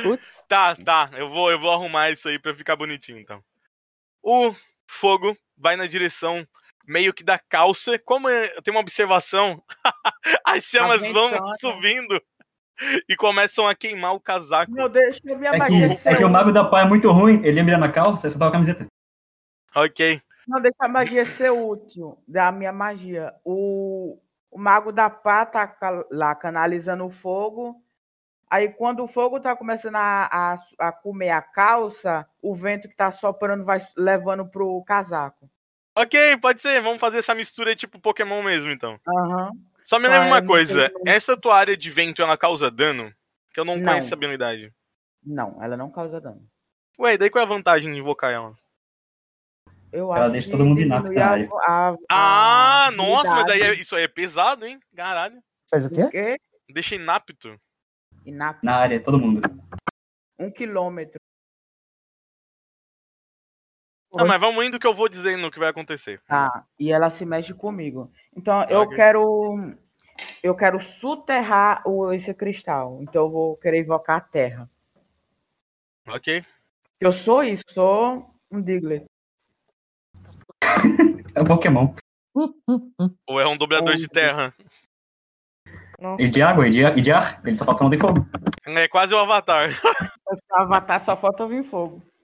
[SPEAKER 6] Putz,
[SPEAKER 1] Tá, tá. Eu vou, eu vou arrumar isso aí pra ficar bonitinho, então. O fogo vai na direção meio que da calça. Como é- tem uma observação, as chamas
[SPEAKER 4] Tá
[SPEAKER 1] vão
[SPEAKER 4] ventana.
[SPEAKER 1] subindo e começam a queimar o casaco.
[SPEAKER 4] Meu Deus, deixa eu ver a
[SPEAKER 5] É
[SPEAKER 4] magia
[SPEAKER 5] que, é
[SPEAKER 4] ser
[SPEAKER 5] que o
[SPEAKER 4] um.
[SPEAKER 5] mago da pá é muito ruim, ele ia mirar na calça, aí só tava a camiseta.
[SPEAKER 1] Ok.
[SPEAKER 4] Não, deixa a magia ser útil. Da minha magia. O, o mago da pá tá ca- lá canalizando o fogo. Aí, quando o fogo tá começando a, a, a comer a calça, o vento que tá soprando vai levando pro casaco.
[SPEAKER 1] Ok, pode ser. Vamos fazer essa mistura tipo Pokémon mesmo, então.
[SPEAKER 4] Aham.
[SPEAKER 1] Só me lembra
[SPEAKER 4] Ah,
[SPEAKER 1] uma
[SPEAKER 4] eu não
[SPEAKER 1] coisa.
[SPEAKER 4] sei não.
[SPEAKER 1] Essa tua área de vento, ela causa dano? Que eu não,
[SPEAKER 4] Não.
[SPEAKER 1] conheço essa habilidade.
[SPEAKER 4] Não, ela não causa dano.
[SPEAKER 1] Ué, daí qual é a vantagem de invocar ela?
[SPEAKER 4] Eu
[SPEAKER 5] Ela
[SPEAKER 4] acho
[SPEAKER 5] deixa
[SPEAKER 4] que
[SPEAKER 5] todo mundo inapto
[SPEAKER 4] diminui
[SPEAKER 5] na
[SPEAKER 4] a-
[SPEAKER 5] área.
[SPEAKER 4] a- a
[SPEAKER 1] Ah, nossa, mas daí
[SPEAKER 4] habilidade.
[SPEAKER 1] é- isso aí é pesado, hein? Caralho.
[SPEAKER 3] Faz o quê?
[SPEAKER 4] Quê?
[SPEAKER 1] Deixa inapto.
[SPEAKER 4] E na
[SPEAKER 5] Na área, todo mundo.
[SPEAKER 4] um quilômetro.
[SPEAKER 1] Não, Ah, mas vamos indo que eu vou dizendo o que vai acontecer.
[SPEAKER 4] Tá. E ela se mexe comigo. Então eu
[SPEAKER 1] Ok.
[SPEAKER 4] quero. Eu quero soterrar o, esse cristal. Então eu vou querer invocar a terra.
[SPEAKER 1] Ok?
[SPEAKER 4] Eu sou isso, sou um Diglett.
[SPEAKER 5] É um Pokémon.
[SPEAKER 1] Ou é um dobrador de terra?
[SPEAKER 5] E de água, e de, e de ar. Ele só falta não ter fogo.
[SPEAKER 1] É quase o avatar.
[SPEAKER 4] Se avatar um só falta vir fogo.